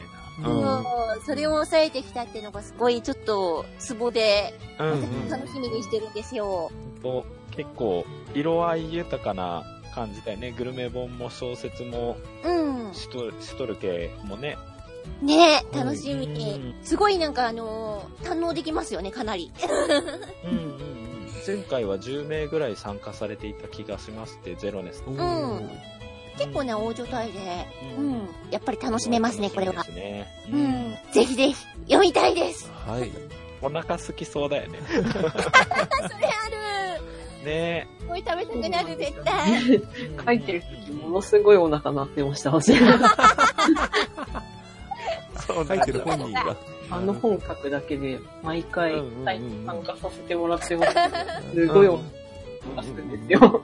Speaker 2: そうそれを抑えてきたっていうのがすごいちょっとツボで
Speaker 3: うんうん
Speaker 2: 楽しみにしてるんですよ。
Speaker 3: と結構色合い豊かな感じだよねグルメ本も小説も
Speaker 2: うん。
Speaker 3: シュトシュトルケもね
Speaker 2: ね楽しみ
Speaker 3: う
Speaker 2: に
Speaker 3: ん。
Speaker 2: すごいなんかあのー堪能できますよね、かなり。
Speaker 3: うんうんうん前回は10名ぐらい参加されていた気がしますってゼロです
Speaker 1: うんん。
Speaker 2: 結構ね、大所帯で。
Speaker 3: う
Speaker 2: うんん。やっぱり楽しめますね、これは
Speaker 3: 楽。しみです
Speaker 2: う
Speaker 3: ね
Speaker 2: ん。ぜひぜひ、読みたいです。
Speaker 1: はい。
Speaker 3: うんお腹空きそうだよね
Speaker 2: それある。
Speaker 3: ね
Speaker 2: すごい食べたくなる、絶対。
Speaker 4: *laughs* 書いてる時、ものすごいお腹鳴ってました、
Speaker 3: *laughs*
Speaker 4: 私。
Speaker 3: そう
Speaker 1: 書いてる本人が。
Speaker 4: あの本書くだけで、毎回
Speaker 3: うんうんうんうん
Speaker 4: 参加させてもらってます。すごいお腹すくんですよ。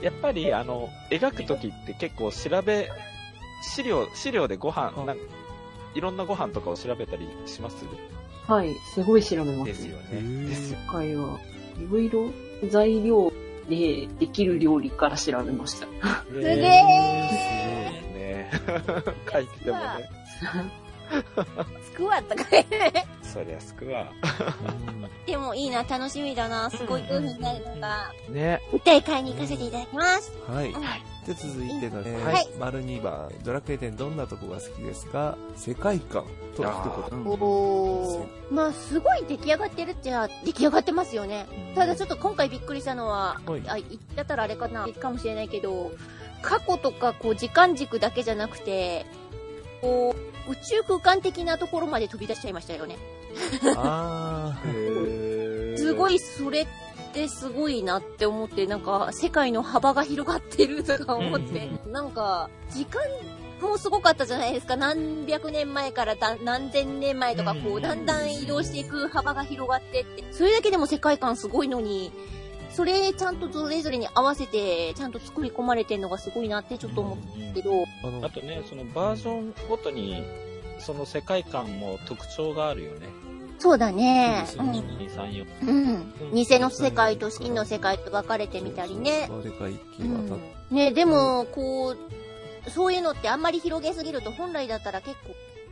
Speaker 3: やっぱりあの描く時って結構調べ資料資料でご飯
Speaker 1: あ
Speaker 3: なんかいろんなご飯とかを調べたりします
Speaker 4: はい、すごい調べま
Speaker 3: ですす
Speaker 4: ね
Speaker 3: よ。
Speaker 1: へ
Speaker 3: ね
Speaker 1: ー
Speaker 3: ですよ
Speaker 4: 今回は、いろいろ材料でできる料理から調べ
Speaker 3: *laughs*
Speaker 4: ました。
Speaker 3: す
Speaker 2: げー
Speaker 3: ね書いててもね。
Speaker 2: つくわとか言って
Speaker 3: そりゃすくわ。
Speaker 2: でもいいな、楽しみだな。すごい興味になるのが。
Speaker 3: ね。
Speaker 2: で、買いに行かせていただきます。
Speaker 1: はい
Speaker 2: うん。
Speaker 1: で、続いての、えー
Speaker 2: はい
Speaker 1: 丸2番、ドラクエ展どんなとこが好きですか世界観と一言。
Speaker 2: おーまあ、すごい出来上がってるっちゃ、出来上がってますよね。ただちょっと今回びっくりしたのは、
Speaker 1: はい
Speaker 2: あ、言ってたらあれかな、かもしれないけど、過去とか、こう、時間軸だけじゃなくて、こう、宇宙空間的なところまで飛び出しちゃいましたよね。
Speaker 1: あ
Speaker 2: すご
Speaker 3: い。
Speaker 2: い、それってすごいなって思って、なんか、世界の幅が広がってるとか思って、なんか、時間もすごかったじゃないですか。何百年前からだ何千年前とか、こ
Speaker 3: う
Speaker 2: う、
Speaker 3: ん
Speaker 2: だんだん移動していく幅が広がってって、それだけでも世界観すごいのに、それちゃんとそれぞれに合わせて、ちゃんと作り込まれてるのがすごいなってちょっと思ったけど、
Speaker 1: ーあ
Speaker 3: あ
Speaker 1: の、
Speaker 3: とね、そのバージョンごとに、その世界観も特徴があるよね。
Speaker 2: そうだね。
Speaker 3: 1、2、3、4。
Speaker 2: うん。偽の世界と真の世界と分かれてみたりね。
Speaker 1: そうそう。世界
Speaker 2: う
Speaker 1: 一渡っ
Speaker 2: んね、でも、こう、そういうのってあんまり広げすぎると本来だったら結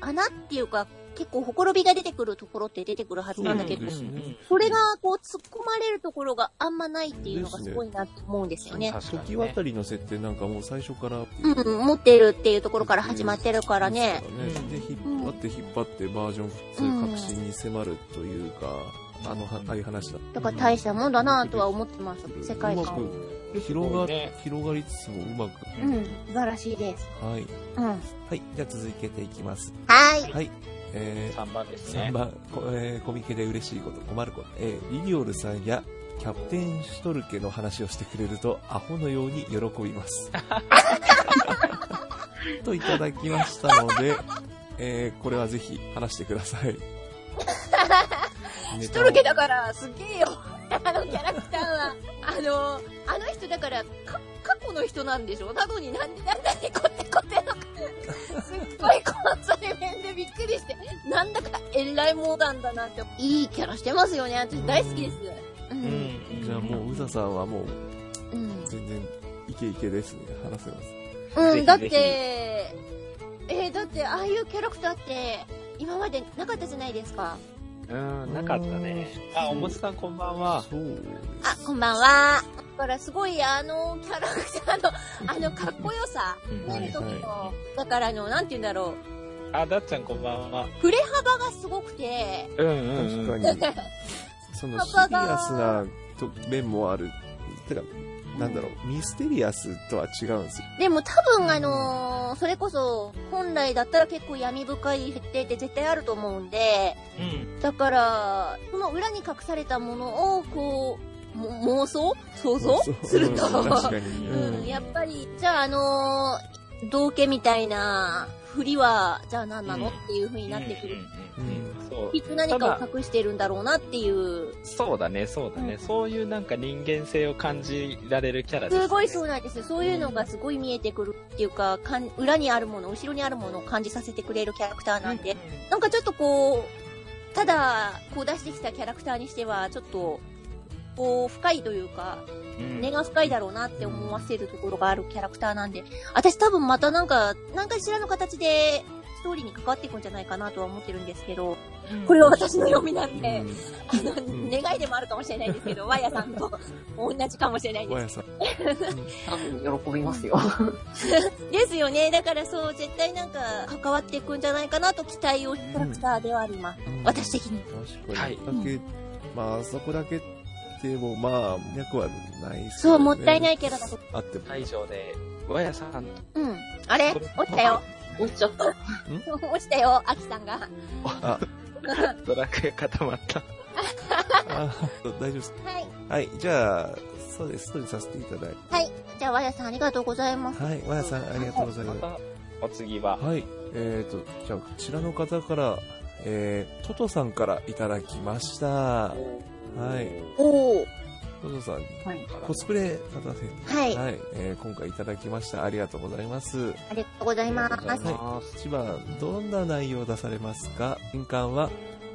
Speaker 2: 構、穴っていうか、結構ほころびが出てくるところって出てくるはずなんだけ
Speaker 1: う
Speaker 2: ど
Speaker 1: ん、ですね
Speaker 2: それがこう突っ込まれるところがあんまないっていうのがすごいなって思うんですよね。
Speaker 3: 確か
Speaker 1: 時
Speaker 3: にね
Speaker 1: 渡りの設定なんかもう最初から、
Speaker 2: うん、持ってるっていうところから始まってるからね。
Speaker 1: うんで、引っ張って引っ張ってバージョン普通革新に迫るというか、あの、はああいう話だ。
Speaker 2: だから大したもんだなぁとは思ってます。世界
Speaker 1: うま
Speaker 2: 観。
Speaker 1: く広が、広がりつつもうまく。
Speaker 2: うん、素晴らしいです。
Speaker 1: はい。
Speaker 2: うん。は
Speaker 1: はい。じゃあ続けていきます。
Speaker 2: ーい。
Speaker 1: はい。えー、
Speaker 3: 3番ですね
Speaker 1: 3。番、こえーコミケで嬉しいこと困ること、えーリリオルさんやキャプテンシュトルケの話をしてくれるとアホのように喜びます *laughs* といただきましたので、えーこれはぜひ話してくだ
Speaker 3: *laughs*
Speaker 1: さい
Speaker 2: シュトルケだから、すげえよ。 *laughs* あのキャラクターは。あの、あの人だから、か、過去の人なんでしょなのになんで、なんだにこってこってのか。すっごいこの対面でびっくりして、なんだかえらいモダンだなって。いいキャラしてますよね。私大好きです。う。
Speaker 3: うんん
Speaker 1: じゃあもう、うざさんはもう
Speaker 2: うん。
Speaker 1: 全然イケイケですね。話せます。
Speaker 2: う
Speaker 3: ぜ
Speaker 2: ん、
Speaker 3: ひ
Speaker 2: だって、えー、だって、ああいうキャラクターって、今までなかったじゃないですか。
Speaker 3: うん、なかったね。あ、おもつさんこんばんは。
Speaker 1: そう。
Speaker 2: あ、こんばんは。だからすごいあのキャラクターの、あのかっこよさ、
Speaker 3: うん
Speaker 2: 見るとき
Speaker 1: はい
Speaker 2: の、だからあの、なんて言うんだろ
Speaker 3: あ、だっちゃんこんばんは
Speaker 2: う、。触れ幅がすごくて、
Speaker 3: うんう
Speaker 1: 確か
Speaker 3: ん。
Speaker 1: に、そのシリアスなと面もある。てか、なんだろう、ミステリアスとは違うんですよ。
Speaker 2: でも多分あのーそれこそ、本来だったら結構闇深い設定って絶対あると思うんで、
Speaker 3: うん。
Speaker 2: だから、その裏に隠されたものを、こう、も妄想想像
Speaker 1: そう
Speaker 2: する
Speaker 1: うん確
Speaker 2: と、
Speaker 1: かに。
Speaker 2: うん、やっぱり、じゃああのー、道家みたいな、振りは、じゃあ何なの、
Speaker 3: う
Speaker 2: っ
Speaker 3: ん
Speaker 2: ていう風になってくる
Speaker 3: うんうんうんそう
Speaker 2: きっと何かを隠してるんだろうなっていう。
Speaker 3: そうだね、そうだね。そういうなんか人間性を感じられるキャラですね。
Speaker 2: すごいそうなんですよ。そういうのがすごい見えてくるっていうか、かん裏にあるもの、後ろにあるものを感じさせてくれるキャラクターなんで、なんかちょっとこう、ただ、こう出してきたキャラクターにしては、ちょっと、こう、深いというか、
Speaker 3: うん。
Speaker 2: 根が深いだろうなって思わせるところがあるキャラクターなんで、私多分またなんか、何かしらの形で、ストーリーに関わっていくんじゃないかなとは思ってるんですけど、これは私の読みなんで、あの、
Speaker 1: ん
Speaker 2: 願いでもあるかもしれないですけど、ワイヤさんと同じかもしれない
Speaker 1: 和
Speaker 2: で
Speaker 1: 屋さん。
Speaker 4: 多分喜びますよ。
Speaker 2: す。ですよね。だからそう、絶対なんか関わっていくんじゃないかなと期待をキャラクターではあります。
Speaker 1: うん
Speaker 2: 私的に。
Speaker 1: 確か
Speaker 3: は
Speaker 1: に
Speaker 3: い。
Speaker 1: だけ、まあ、あそこだけでも、まあ、脈はないです。
Speaker 2: そう、もったいないいキャラだと。
Speaker 1: あっても。
Speaker 3: 会場で、わやさんと。
Speaker 2: うん。あれ落ちた *laughs* よ。
Speaker 4: *laughs* 落ちちゃった。
Speaker 2: 落ちたよ、アキさんが。
Speaker 1: あ、
Speaker 3: ドラクエ固まった。
Speaker 1: あ大丈夫です。
Speaker 2: はい。
Speaker 1: はい。じゃあ、そうです。ストーリーさせていただいて。
Speaker 2: じゃあ、ワイヤさんありがとうございます。
Speaker 1: はい。和屋さん、ありがとうございま
Speaker 3: ま
Speaker 1: す。
Speaker 3: た、お次は。
Speaker 1: はい。えー、と、じゃあ、こちらの方から、えー、トトさんからいただきました。はい。
Speaker 2: おー。
Speaker 1: トトさん、
Speaker 4: はい。
Speaker 1: コスプレ方で、
Speaker 2: はい。
Speaker 1: はい。えー、今回いただきました。ありがとうございます。
Speaker 2: ありがとうございます。
Speaker 1: はい。一番、どんな内容を出されますか新刊は、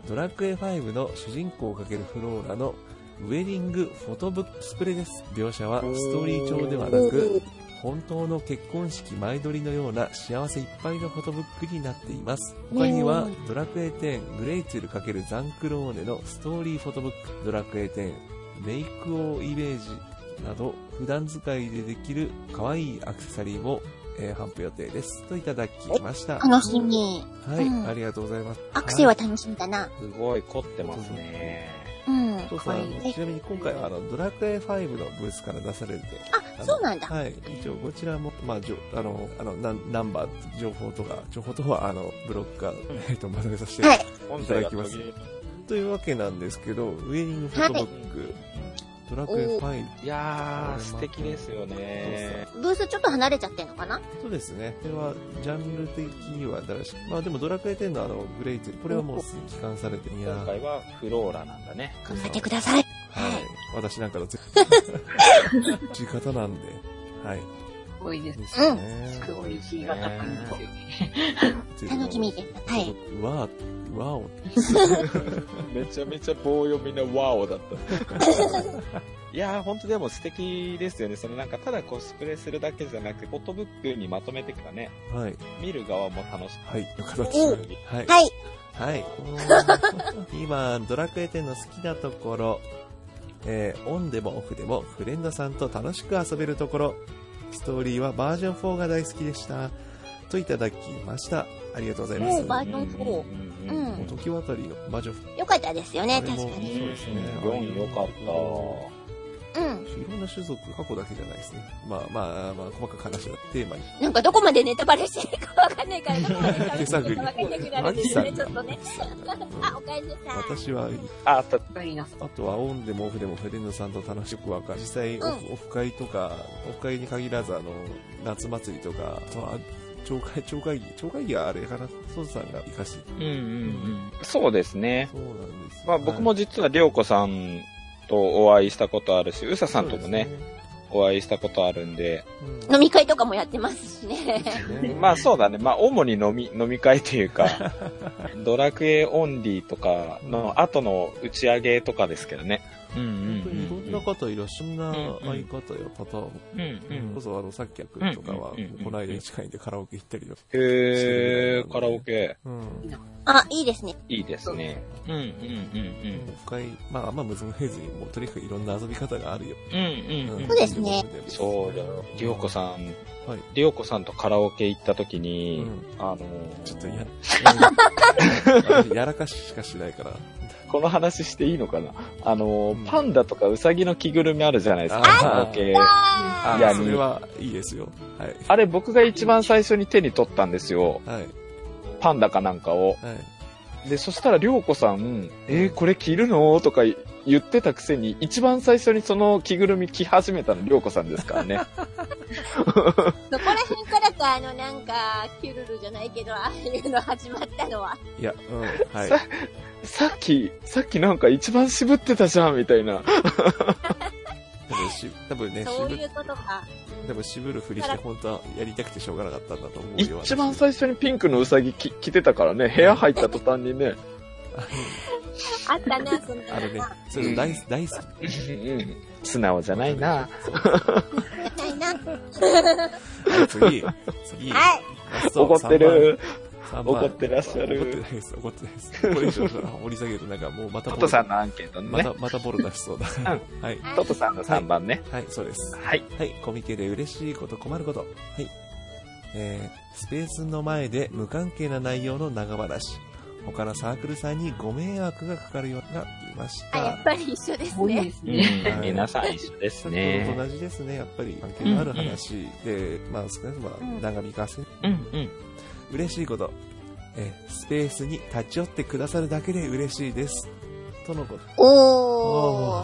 Speaker 1: ドラクエ5の主人公をかけるフローラのウェディングフォトブックスプレです。描写はストーリー調ではなく、本当の結婚式前撮りのような幸せいっぱいのフォトブックになっています。他には、ドラクエ10グレイツェル×ザンクローネのストーリーフォトブック、ドラクエ10メイクをイメージなど、普段使いでできる可愛いアクセサリーも、えー、販布予定です。といただきました。は
Speaker 2: 楽しみ。
Speaker 1: い、
Speaker 2: うん
Speaker 1: ありがとうございます。
Speaker 2: アクセは楽しみだな。
Speaker 3: すごい凝ってますね。
Speaker 2: うん。
Speaker 1: そう
Speaker 2: こ
Speaker 1: さん
Speaker 2: れ
Speaker 1: あのちなみに今回はあのドラクエ5のブースから出されて、
Speaker 2: あ、そうなんだ。
Speaker 1: はい、一応こちらも、まあ、じょあのあのナンナンバー、情報とか、情報とはあのブロックが、えっとまとめさせて、
Speaker 2: はい
Speaker 3: 本
Speaker 1: 体が途切れというわけなんですけど、ウェディングフォトブック、ドラクエ5、
Speaker 3: いやー、素敵ですよね。
Speaker 2: ブースちょっと離れちゃってんのかな
Speaker 1: そうですね、これはジャンル的には新しい、まあ、でもドラクエ10のあのグレイツェル、これはもうすでに帰還されて、いやー
Speaker 3: 今回はフローラなんだね。
Speaker 2: 頑張ってください。
Speaker 1: はい、私なんかの全地方なんで、はい、
Speaker 4: すごいです。
Speaker 1: ですよね。
Speaker 4: すごい日が高いんですよね。
Speaker 2: 楽しみです。はい。。
Speaker 1: わー、わお。
Speaker 3: めちゃめちゃ棒読みのワオだった。 *laughs* いやー、ほんとでも素敵ですよね。そのなんか、ただコスプレするだけじゃなくて、フォトブックにまとめてからね、
Speaker 1: はい。
Speaker 3: 見る側も楽しく。
Speaker 1: はい。よかったです。
Speaker 2: お
Speaker 1: はい。
Speaker 2: はい。 *laughs*
Speaker 1: はい。今、ドラクエ10の好きなところ、えーオンでもオフでもフレンドさんと楽しく遊べるところ、ストーリーはバージョン4が大好きでした。といただきました。ありがとうございま
Speaker 2: おーバ
Speaker 1: す。
Speaker 2: ージョン4
Speaker 3: うん
Speaker 2: うん
Speaker 1: もう時渡りのバージョン
Speaker 2: よかったですよね、
Speaker 1: あれも
Speaker 2: 確かに。
Speaker 1: そうですね
Speaker 3: 4よかった。
Speaker 2: うん。
Speaker 1: 4。いろんな種族、過去だけじゃないですね。まあまあまあ、細かく話はテー
Speaker 2: *laughs*
Speaker 1: マに。
Speaker 2: なんかどこまでネタバレしていいかわかんないから、どこまで
Speaker 1: 手探り
Speaker 2: わかんな
Speaker 1: *laughs*
Speaker 2: くなるんですよね、ちょっとね。 *laughs* あ、お
Speaker 1: う
Speaker 2: かえりなさ
Speaker 1: ん
Speaker 2: い。
Speaker 1: 私は
Speaker 3: あ、あった。
Speaker 4: おかえりなさい。
Speaker 1: あとはオンでもオフでもフレンドさんと楽しくわかる。実際オフ、オフ会とか、オフ会に限らずあの、夏祭りとか、あとは、町会、町会議、町会議はあれかな、ソウさんが生かし、
Speaker 3: うんうんうん。そうですね。
Speaker 1: そうなんですよ。
Speaker 3: まあ僕も
Speaker 1: はい
Speaker 3: 実はりょうこさんとお会いしたことあるし、うささんともね、
Speaker 1: そうで
Speaker 3: お会いしたことあるんで、
Speaker 1: すね
Speaker 2: 飲み会とかもやってますしね。
Speaker 1: うんね
Speaker 3: まあそうだね、まあ主に飲み、飲み会という *laughs* か、ドラクエオンリーとかの後の打ち上げとかですけどね。うん
Speaker 1: 本当にいろんな方いらっしゃるな
Speaker 3: うん、
Speaker 1: 相方やパターンも。
Speaker 3: うんう
Speaker 1: こ
Speaker 3: ん。
Speaker 1: そあの、作客とかは
Speaker 3: うんうんうんう、ん
Speaker 1: この間近いんでカラオケ行ったりとか。
Speaker 3: へー、カラオケ、
Speaker 1: うん。
Speaker 2: あ、いいですね。
Speaker 3: いいですね。うんうん
Speaker 1: オフ会、まああんま難しずに、もうとにかくいろんな遊び方があるよ。
Speaker 3: うんうん。うんうんうん。
Speaker 2: そうですね。
Speaker 3: そうだよ。りょうこさん、
Speaker 1: はい
Speaker 3: りょうこさんとカラオケ行った時に、
Speaker 1: うん
Speaker 3: あの
Speaker 1: ちょっと
Speaker 3: ー
Speaker 1: や、私やらかししかしないから。
Speaker 3: この話していいのかなあのー
Speaker 1: うん
Speaker 3: パンダとかウサギの着ぐるみあるじゃないですか、
Speaker 1: あ
Speaker 3: カラオケ。
Speaker 2: あ
Speaker 1: あ
Speaker 3: *laughs* いや
Speaker 1: それはいいですよ。はい。
Speaker 3: あれ僕が一番最初に手に取ったんですよ。
Speaker 1: はい。
Speaker 3: パンダかなんかを。
Speaker 1: はい。
Speaker 3: で、そしたらりょうこさん、えーこれ着るのとか言ってたくせに、一番最初にその着ぐるみ着始めたのりょうこさんですからね。
Speaker 2: ーそこら辺からか、あの、なんか、キュルルじゃないけど、ああいうの始まったのは。
Speaker 1: いや、うん。
Speaker 3: *laughs*
Speaker 1: はい。
Speaker 3: ささっき、さっきなんか一番渋ってたじゃん、みたいな。
Speaker 1: 多分し、多分ね、
Speaker 2: そう
Speaker 1: 渋
Speaker 2: いう
Speaker 1: る、
Speaker 2: ことか。
Speaker 1: 多分渋るふりして、本当はやりたくてしょうがなかったんだと思うよ。
Speaker 3: 一番最初にピンクのウサギき着てたからね、部屋入った途端にね。
Speaker 2: あったな、その。
Speaker 1: あのね、それ大好き、大好き。
Speaker 3: 素直じゃないな。
Speaker 2: ないな。は
Speaker 1: はい
Speaker 3: *laughs*
Speaker 1: 次、次、
Speaker 2: い。
Speaker 1: ラスト
Speaker 3: 怒ってる。
Speaker 1: 3番。
Speaker 3: 怒ってらっしゃる
Speaker 1: 怒ってないです、怒ってないです。これ以上したら掘り下げるとなんかもうまた
Speaker 3: ト
Speaker 1: ボ
Speaker 3: ト
Speaker 1: ロ、
Speaker 3: さんのアンケートの
Speaker 1: ま
Speaker 3: ね。
Speaker 1: た、またボロ出しそうだ。はい。
Speaker 3: トトさんの3番ね。
Speaker 1: はい、そうです。
Speaker 3: はい。
Speaker 1: はい、コミケで嬉しいこと困ること。はい。えー、スペースの前で無関係な内容の長話。他のサークルさんにご迷惑がかかるような言いまし
Speaker 2: あ、や
Speaker 1: た
Speaker 2: っ。ぱり一緒ですす
Speaker 4: ごいで
Speaker 2: ね。
Speaker 4: すね。
Speaker 1: ん
Speaker 3: 皆さん一緒です
Speaker 1: *laughs* 先ほど
Speaker 3: ね。
Speaker 1: と同じですね、やっぱり関係のある話で、まあ少なくとも長引かせ、
Speaker 3: うんうん。
Speaker 1: 嬉しいこと、えースペースに立ち寄ってくださるだけで嬉しいです。とのこと。
Speaker 2: お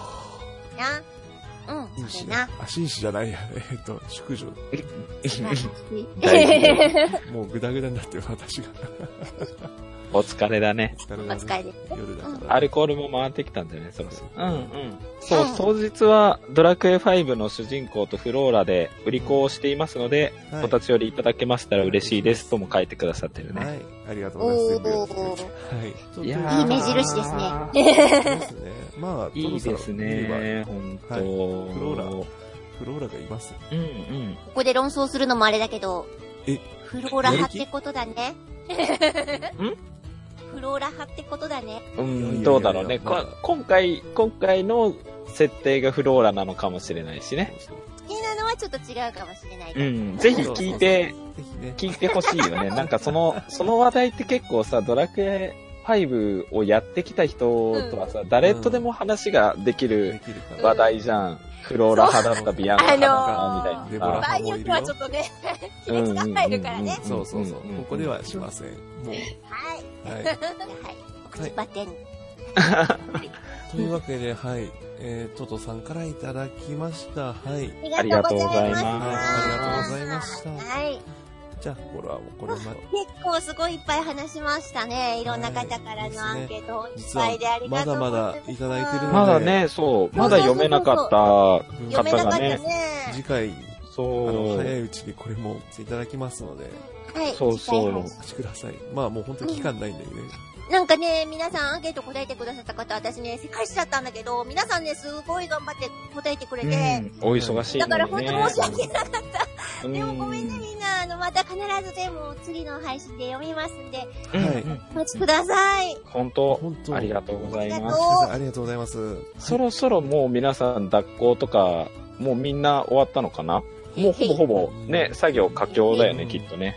Speaker 2: ー。な。うん、
Speaker 1: 紳
Speaker 2: そ
Speaker 1: 士
Speaker 2: れな
Speaker 1: だ。。あ、紳士じゃない *laughs* や。えーっと、宿女。*laughs*
Speaker 3: 大
Speaker 1: もうグダグダになってる私が。
Speaker 3: お疲れだね。
Speaker 1: 疲れ
Speaker 2: *laughs* お
Speaker 1: だね
Speaker 2: 疲れです。
Speaker 1: 夜だから。
Speaker 3: アルコールも回ってきたんだよね、そろそろ。。
Speaker 1: うんうん
Speaker 3: そう、当日はドラクエ5の主人公とフローラで売り子をしていますので、
Speaker 1: はい
Speaker 3: お立ち寄りいただけましたら嬉しいですとも書いてくださってるね。
Speaker 1: はい、ありがとうございます。
Speaker 2: おー。
Speaker 1: はい。
Speaker 3: いや
Speaker 2: ーいい
Speaker 3: *laughs*
Speaker 2: 目印ですね
Speaker 1: そうですね。まあ、
Speaker 3: いいです
Speaker 1: トロサロ見れば
Speaker 3: ね、本当、
Speaker 1: はいフローラフローラがいます。
Speaker 3: うんうん。
Speaker 2: ここで論争するのもあれだけど。
Speaker 1: え
Speaker 2: フローラ派ってことだね。フローラ派ってことだね。
Speaker 3: う
Speaker 1: いやいやいや
Speaker 3: ん、どうだろうね。
Speaker 1: まあ
Speaker 3: こ今回、今回の設定がフローラなのかもしれないしね。
Speaker 2: 好きなのはちょっと違うかもしれないけ
Speaker 3: う
Speaker 2: ど。
Speaker 3: ん。ぜひ聞いて、
Speaker 1: ぜひね。
Speaker 3: 聞いてほしいよね。 *laughs* なんかその、その話題って結構さ、ドラクエ5をやってきた人とはさ、誰とでも話ができ
Speaker 1: で
Speaker 3: る
Speaker 1: きるか
Speaker 3: 話題じゃん。フローラ派だったビアンカ派だった
Speaker 2: あのー
Speaker 3: みたい
Speaker 1: デボラ
Speaker 3: なさ。
Speaker 2: 場合によってはちょっとね、 *laughs*
Speaker 3: う
Speaker 2: 卑
Speaker 3: んう
Speaker 2: 劣
Speaker 3: ん
Speaker 2: が入るからね。
Speaker 1: ら。そうそうそう。
Speaker 3: うんうん
Speaker 1: ここではしません。も
Speaker 2: はい。
Speaker 1: う。はい。
Speaker 2: はい。お口ばってん。
Speaker 1: というわけで、はい。えー、トトさんからいただきました。はい。
Speaker 2: ありがとうございます。
Speaker 1: ありがとうございました
Speaker 2: はい。
Speaker 1: じゃあ、これは、これまで。
Speaker 2: 結構すごいいっぱい話しましたね。いろんな方からのアンケートをいっ
Speaker 1: 実
Speaker 2: ぱいであ
Speaker 1: は
Speaker 2: り、
Speaker 1: ま
Speaker 2: がとう
Speaker 1: だ
Speaker 2: ご
Speaker 1: ま
Speaker 2: ざいます。
Speaker 1: だいただいてるので。
Speaker 3: まだ。ね、そう、まだ読めなかった。
Speaker 2: 読めなかったね。
Speaker 1: 次回、あの、
Speaker 3: そ
Speaker 1: 早
Speaker 3: う。
Speaker 1: いうちにこれもいただきますので、
Speaker 2: はい。
Speaker 3: そうそう
Speaker 1: お。待ちください。まあもう本当に期間ないんだよね。
Speaker 2: なんかね、皆さんアンケート答えてくださった方、私ね、世界一だったんだけど、皆さんね、すごい頑張って答えてくれ
Speaker 3: う
Speaker 2: て、
Speaker 3: ん、お忙しいの
Speaker 2: だか
Speaker 3: にね。
Speaker 2: ら本当申し訳なかった。
Speaker 3: うん
Speaker 2: でもごめんね、みんな。あの、また必ずでも次の配信で読みますんで、
Speaker 1: はい
Speaker 3: うん
Speaker 2: お待ちください。
Speaker 3: 本当、
Speaker 1: 本当。
Speaker 3: ありがとうございます。
Speaker 1: ありがとうございます。
Speaker 3: そろそろもう皆さん脱行とか、もうみんな終わったのかなもうほぼほぼね、作業佳境だよね、きっとね。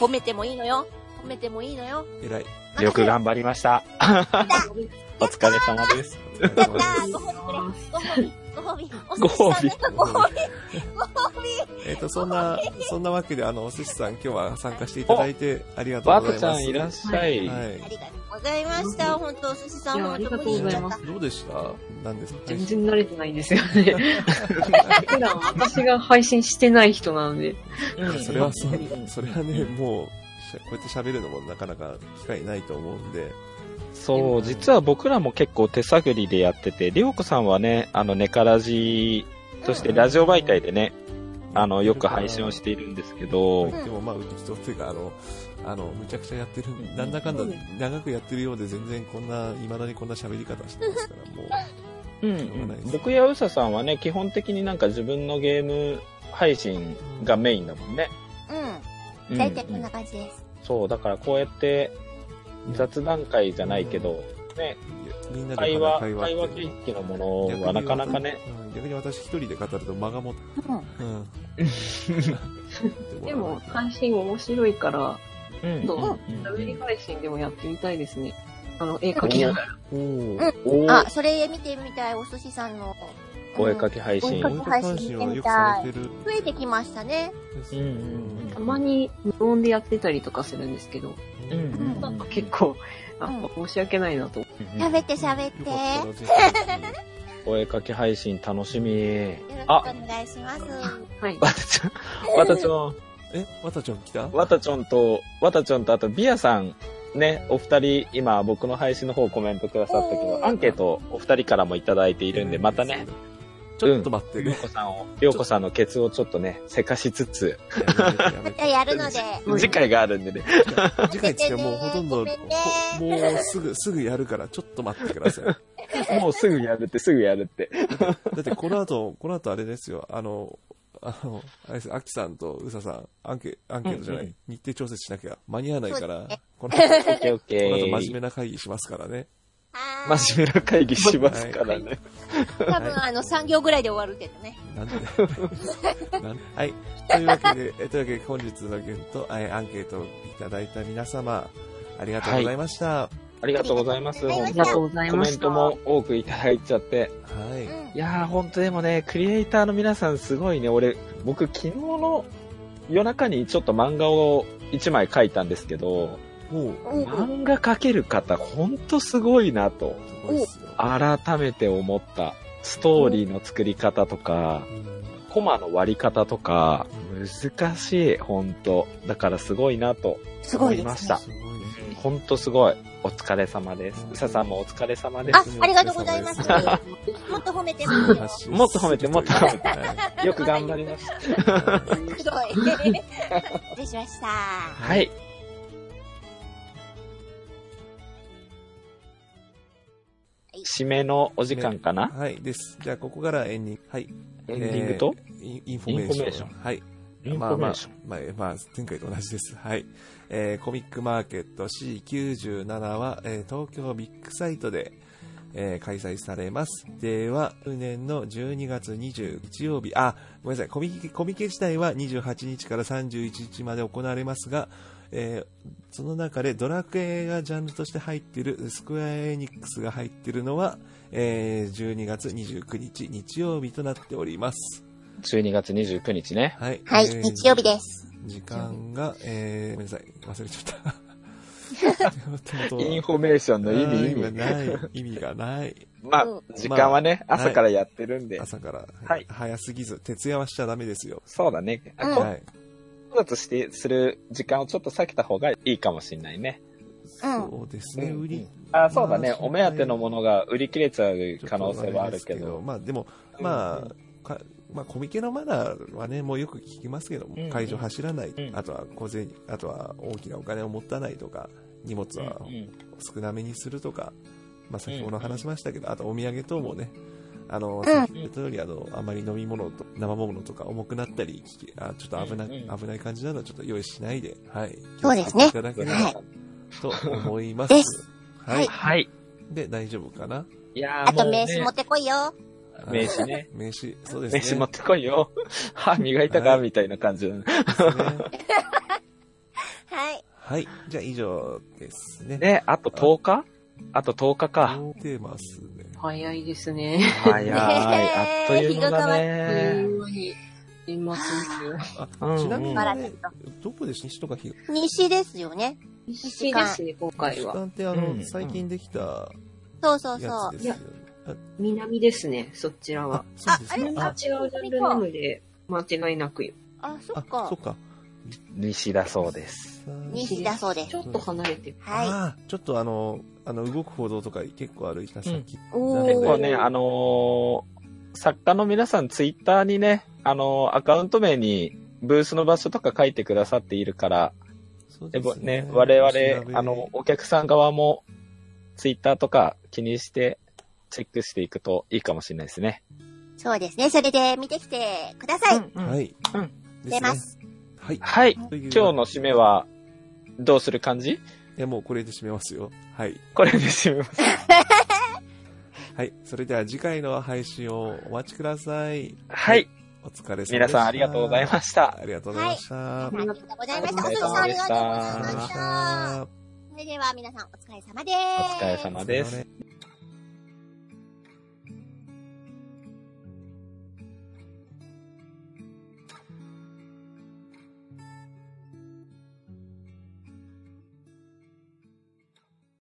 Speaker 2: 褒めてもいいのよ。褒めてもいいのよ。
Speaker 1: 偉い。 *laughs*
Speaker 3: よく頑張りました。お疲れ様です。
Speaker 1: ありがとうございま
Speaker 2: あー、
Speaker 1: す
Speaker 2: ご褒美、ご褒美、ご
Speaker 3: *laughs* ご
Speaker 2: 褒美。お寿司
Speaker 3: 褒
Speaker 2: さん
Speaker 3: 美
Speaker 2: なんかご褒美。
Speaker 1: えっと、そんな、そんなわけで、あの、お寿司さん今日は参加していただいてありがとう
Speaker 3: バー
Speaker 1: ござ
Speaker 3: ト
Speaker 1: います。
Speaker 3: ちゃんいらっしゃい。
Speaker 1: は
Speaker 2: あ
Speaker 1: い。
Speaker 2: りがとうございました。本当お寿司さん、
Speaker 4: いやあ
Speaker 2: 本
Speaker 4: り
Speaker 2: 当
Speaker 4: が
Speaker 2: 無
Speaker 4: と
Speaker 2: 理言
Speaker 4: うご
Speaker 2: っ
Speaker 4: ざ
Speaker 2: ち
Speaker 4: い
Speaker 2: ゃっ
Speaker 4: ま
Speaker 2: た
Speaker 4: す。。
Speaker 1: どうでした何ですか
Speaker 4: 全然慣れてないんですよね。普段私が配信してない人なので。
Speaker 3: う
Speaker 1: *laughs*
Speaker 3: ん
Speaker 1: それはそう
Speaker 3: うん
Speaker 1: それはね、もう、しゃこうやって喋るのもなかなか機会ないと思うんで、
Speaker 3: そう、実は僕らも結構手探りでやってて、りょうこさんはね、あの、ネカラジとしてラジオ媒体でね、あの、よく配信をしているんですけど、
Speaker 1: でもまあ、うちとっていうか、あの、あの、むちゃくちゃやってる
Speaker 3: う、ん
Speaker 1: なんだかんだ長くやってるようで全然こんな、未だにこんな喋り方してますから、もう。
Speaker 3: うんうん僕やうささんはね、基本的になんか自分のゲーム配信がメインだもんね。う
Speaker 2: うん。
Speaker 3: ん
Speaker 2: 大体こんな感じです。
Speaker 3: そう、だからこうやって雑談会じゃないけど、ね、
Speaker 1: みんなで
Speaker 3: 会話、会
Speaker 1: 会話
Speaker 3: 話
Speaker 1: って
Speaker 3: 形
Speaker 1: いう
Speaker 3: 式のものはなかなかね、
Speaker 1: うん逆に私一人で語ると間がもた、うん
Speaker 4: でも、配信面白いから、
Speaker 3: うん
Speaker 4: ん
Speaker 3: うん
Speaker 4: ダブリ配信でもやってみたいですね。あの、絵描きながら。
Speaker 1: おー
Speaker 2: うん
Speaker 3: おお
Speaker 2: あ、それ見てみたい、お寿司さんの。
Speaker 3: お絵かき配信
Speaker 2: お絵。か
Speaker 1: 配信はよくされてる。
Speaker 2: 増えてきましたね。
Speaker 3: うんうん
Speaker 4: たまに無音でやってたりとかするんですけど、
Speaker 1: うん
Speaker 3: うんうん
Speaker 4: なんか結構、あ、申し訳ないなと。
Speaker 2: 喋って喋って。
Speaker 1: よかったらぜ
Speaker 3: お絵かき配信楽し *laughs* み。
Speaker 2: よろしくお
Speaker 3: あ、
Speaker 2: 願いします。
Speaker 4: はい。
Speaker 3: わたちゃん、わたちゃん、
Speaker 1: ひえ、わたちゃん来た
Speaker 3: わたちゃんと、わたちゃんと、あと、ビアさん、ね、お二人、今、僕の配信の方コメントくださったけ
Speaker 2: う
Speaker 3: ど、
Speaker 2: ん
Speaker 3: アンケート、お二人からもいただいているんで、またね、。
Speaker 1: ちょっと待って
Speaker 3: りょう
Speaker 1: ね。
Speaker 3: こさんを、りょうこさんのケツをちょっとね、せかしつつ、
Speaker 1: やめて
Speaker 2: またやるので。
Speaker 4: うん
Speaker 3: 次回があるんでね。
Speaker 1: 次回ってもうほとん
Speaker 2: ご
Speaker 1: ど、
Speaker 2: めんね
Speaker 1: ほもうすぐ、すぐやるから、ちょっと待ってください。だ
Speaker 3: *laughs* もうすぐやるって、すぐやるって。 *laughs*
Speaker 1: ってこの後、この後あれですよ、あの、あの、あれです、アキさんとウサさん、アンケ、アンケートじゃな
Speaker 3: うん
Speaker 1: い、日程調節しなきゃ間に合わないか
Speaker 2: そ
Speaker 1: ら
Speaker 2: うですね、
Speaker 1: この後、こ
Speaker 3: オッケーオッケ
Speaker 1: の後真面
Speaker 3: ー。
Speaker 1: 目な会議し *laughs* ますからね。
Speaker 2: はーい。
Speaker 3: 真面目な会議しますからね。
Speaker 2: 多分あの3行ぐらいで終わるけどね。
Speaker 1: なんでなんはい。というわけで、えというわけで本日のゲスト、えアンケートをいただいた皆様、ありがとうございました。は
Speaker 3: ありがとうございます。
Speaker 2: あ
Speaker 4: あ
Speaker 3: 本
Speaker 4: り
Speaker 3: 当
Speaker 4: がとうござい
Speaker 3: コ
Speaker 4: ま
Speaker 3: メ
Speaker 4: し
Speaker 3: ン
Speaker 4: た。
Speaker 3: トも多くいただいちゃって。
Speaker 1: い。
Speaker 2: うん。
Speaker 3: いやー、ほんとでもね、クリエイターの皆さんすごいね、俺、僕昨日の夜中にちょっと漫画を一枚描いたんですけど、
Speaker 1: もう、
Speaker 2: うん
Speaker 3: 漫画描ける方ほんとすごいなと、
Speaker 1: すごいっすよ。
Speaker 3: 改めて思った。ストーリーの作り方とか、
Speaker 1: うん
Speaker 3: コマの割り方とか、難しい、ほんと。だからすごいなと
Speaker 2: すご
Speaker 3: 思
Speaker 2: い
Speaker 3: い
Speaker 2: で。
Speaker 3: ますした。
Speaker 1: すごいね。
Speaker 3: ほんとすごい。お疲れ様です。うささんもお疲れ様で
Speaker 2: あ
Speaker 3: す。、
Speaker 2: ありがとうございます。もっと褒めてますよ。
Speaker 1: 発信
Speaker 3: もっと褒めてもっと褒め
Speaker 1: て。はい
Speaker 3: よく頑張りました。
Speaker 2: すごい。失礼しました。
Speaker 3: はい。締めのお時間かな、
Speaker 1: はい、です。じゃあ、ここからエンディング。はい。
Speaker 3: エンディングと、
Speaker 1: えーインインフォメーション。
Speaker 3: インフォメーション
Speaker 1: はい。
Speaker 3: インフォメーション。
Speaker 1: まあまあ、まあまあ、前回と同じです。はい。えーコミックマーケット C97 は、えー東京ビッグサイトで、えー開催されます。では、去年の12月21日曜日、あ、ごめんなさい、コミケ、コミケ自体は28日から31日まで行われますが、えーその中でドラクエがジャンルとして入っている、スクエアエニックスが入っているのは、えー12月29日日曜日となっております。
Speaker 3: 12月29日ね。
Speaker 1: はい。
Speaker 2: はい、
Speaker 1: えー
Speaker 2: 日曜日です。
Speaker 1: 時間が、えー、ごめんなさい、忘れちゃった。
Speaker 3: *laughs*
Speaker 1: 手元は
Speaker 3: インフォメーションの意味、意
Speaker 1: あー今
Speaker 3: 味。
Speaker 1: ない、意味がない。
Speaker 3: まあ
Speaker 2: うん、
Speaker 3: 時間はね、
Speaker 1: まあ
Speaker 3: 朝からやってるんで、
Speaker 1: 朝から、
Speaker 3: はい
Speaker 1: 早すぎず、徹夜はしちゃダメですよ。
Speaker 3: そうだね。
Speaker 2: うん
Speaker 3: 混
Speaker 1: はい。
Speaker 3: 雑して、する時間をちょっと避けた方がいいかもしれないね。
Speaker 2: うん。
Speaker 1: そうですね、
Speaker 3: うん
Speaker 1: 売り。
Speaker 3: あそうだね、
Speaker 1: まあ
Speaker 3: お目当てのものが売り切れちゃう可能性はある
Speaker 1: ち
Speaker 3: け
Speaker 1: ょっと
Speaker 3: ど。
Speaker 1: あれですけどまあ、でも、まあ、かまあ、コミケのマナーはね、もうよく聞きますけど
Speaker 3: うん
Speaker 1: も、会場走らない、
Speaker 3: うん
Speaker 1: あとは小銭、あとは大きなお金を持たないとか、荷物は
Speaker 3: うんうん
Speaker 1: 少なめにするとか、まあ、先ほど話しましたけど、あとお土産等もね、あの、
Speaker 2: ん
Speaker 1: 先ほど言った通り、あの、あまり飲み物と、生物とか重くなったり、危険あちょっと危な
Speaker 3: うんうん
Speaker 1: い、危ない感じなのはちょっと用意しないで、はい。
Speaker 2: そうですね
Speaker 1: 気をつけていただければ
Speaker 2: は
Speaker 1: と思いま
Speaker 2: ですす。
Speaker 1: はい。
Speaker 3: はい。
Speaker 1: で、大丈夫かな
Speaker 3: はいやー
Speaker 2: あと
Speaker 3: もうね
Speaker 2: 名刺持ってこいよ。
Speaker 3: 名刺ね。
Speaker 1: 名刺、そうですね。
Speaker 3: *laughs* 名刺持ってこいよ。 *laughs* 歯磨いたか
Speaker 1: はい
Speaker 3: みたいな感じだね。
Speaker 1: ね
Speaker 2: はい。
Speaker 1: はい。じゃあ以上ですね。
Speaker 3: ね、あと10日あと10日か。
Speaker 1: 出ますね。
Speaker 4: 早いですね。
Speaker 3: 早い。
Speaker 2: ね
Speaker 3: あっという間だね。
Speaker 4: いますね。
Speaker 1: あ
Speaker 3: うん
Speaker 1: ちなみに、
Speaker 2: バラちょ
Speaker 1: ね
Speaker 2: っ、と。
Speaker 1: どこで西とか東
Speaker 2: 西ですよね。
Speaker 4: 必死ですね、今回は。
Speaker 1: 館ってあ
Speaker 3: う
Speaker 1: の、
Speaker 3: ん
Speaker 1: 最近できた
Speaker 2: そうそうそう。
Speaker 1: やつですよね。
Speaker 4: 南ですね、そちらは。
Speaker 1: そうですね
Speaker 2: あれ
Speaker 4: あ、違うジャンルなので、間違いなく。
Speaker 2: あ、そ
Speaker 1: あ
Speaker 2: っか
Speaker 1: そっ。か。
Speaker 3: 西だそうです。
Speaker 2: 西だそうです
Speaker 4: ち。ょっと離れて。
Speaker 2: は
Speaker 1: ああ、ちょっとあの、あの、動く歩道とか結構歩いた先。
Speaker 2: い。お
Speaker 1: 結
Speaker 3: 結
Speaker 1: 構
Speaker 3: 構ね、あのー作家の皆さんツイッターにね、あのーアカウント名にブースの場所とか書いてくださっているから、
Speaker 1: そう
Speaker 3: で
Speaker 1: で
Speaker 3: も
Speaker 1: す
Speaker 3: ね、我
Speaker 1: 調べ
Speaker 3: 々、あの、、お客さん側もツイッターとか気にしてチェックしていくといいかもしれないですね。
Speaker 2: そうですね。それで見てきてください。
Speaker 1: は
Speaker 3: はい。
Speaker 1: い。
Speaker 3: うん
Speaker 1: で
Speaker 2: 出ます。
Speaker 1: はい。
Speaker 3: はい。
Speaker 1: という
Speaker 3: 今日の締めは、どうする感じ
Speaker 1: いや、もうこれで締めますよ。はい。
Speaker 3: これで締めます。
Speaker 1: はい。それでは次回の配信をお待ちください。
Speaker 3: はい。
Speaker 1: お疲れ様でした。
Speaker 3: 皆さんありがとうございました。
Speaker 1: ありがとうございました。
Speaker 2: あ
Speaker 1: あ
Speaker 2: りがとうございました。
Speaker 4: お疲
Speaker 2: 細
Speaker 4: れ
Speaker 2: 木さん
Speaker 3: 様
Speaker 2: あ
Speaker 3: で
Speaker 2: り
Speaker 3: し
Speaker 2: が
Speaker 3: た
Speaker 1: りがとうご
Speaker 2: とうござい
Speaker 1: ざい
Speaker 2: ま
Speaker 1: まし
Speaker 2: し。
Speaker 1: たた。
Speaker 2: それでは皆さんお疲れ様で
Speaker 3: お
Speaker 2: す。
Speaker 3: 疲れ様です。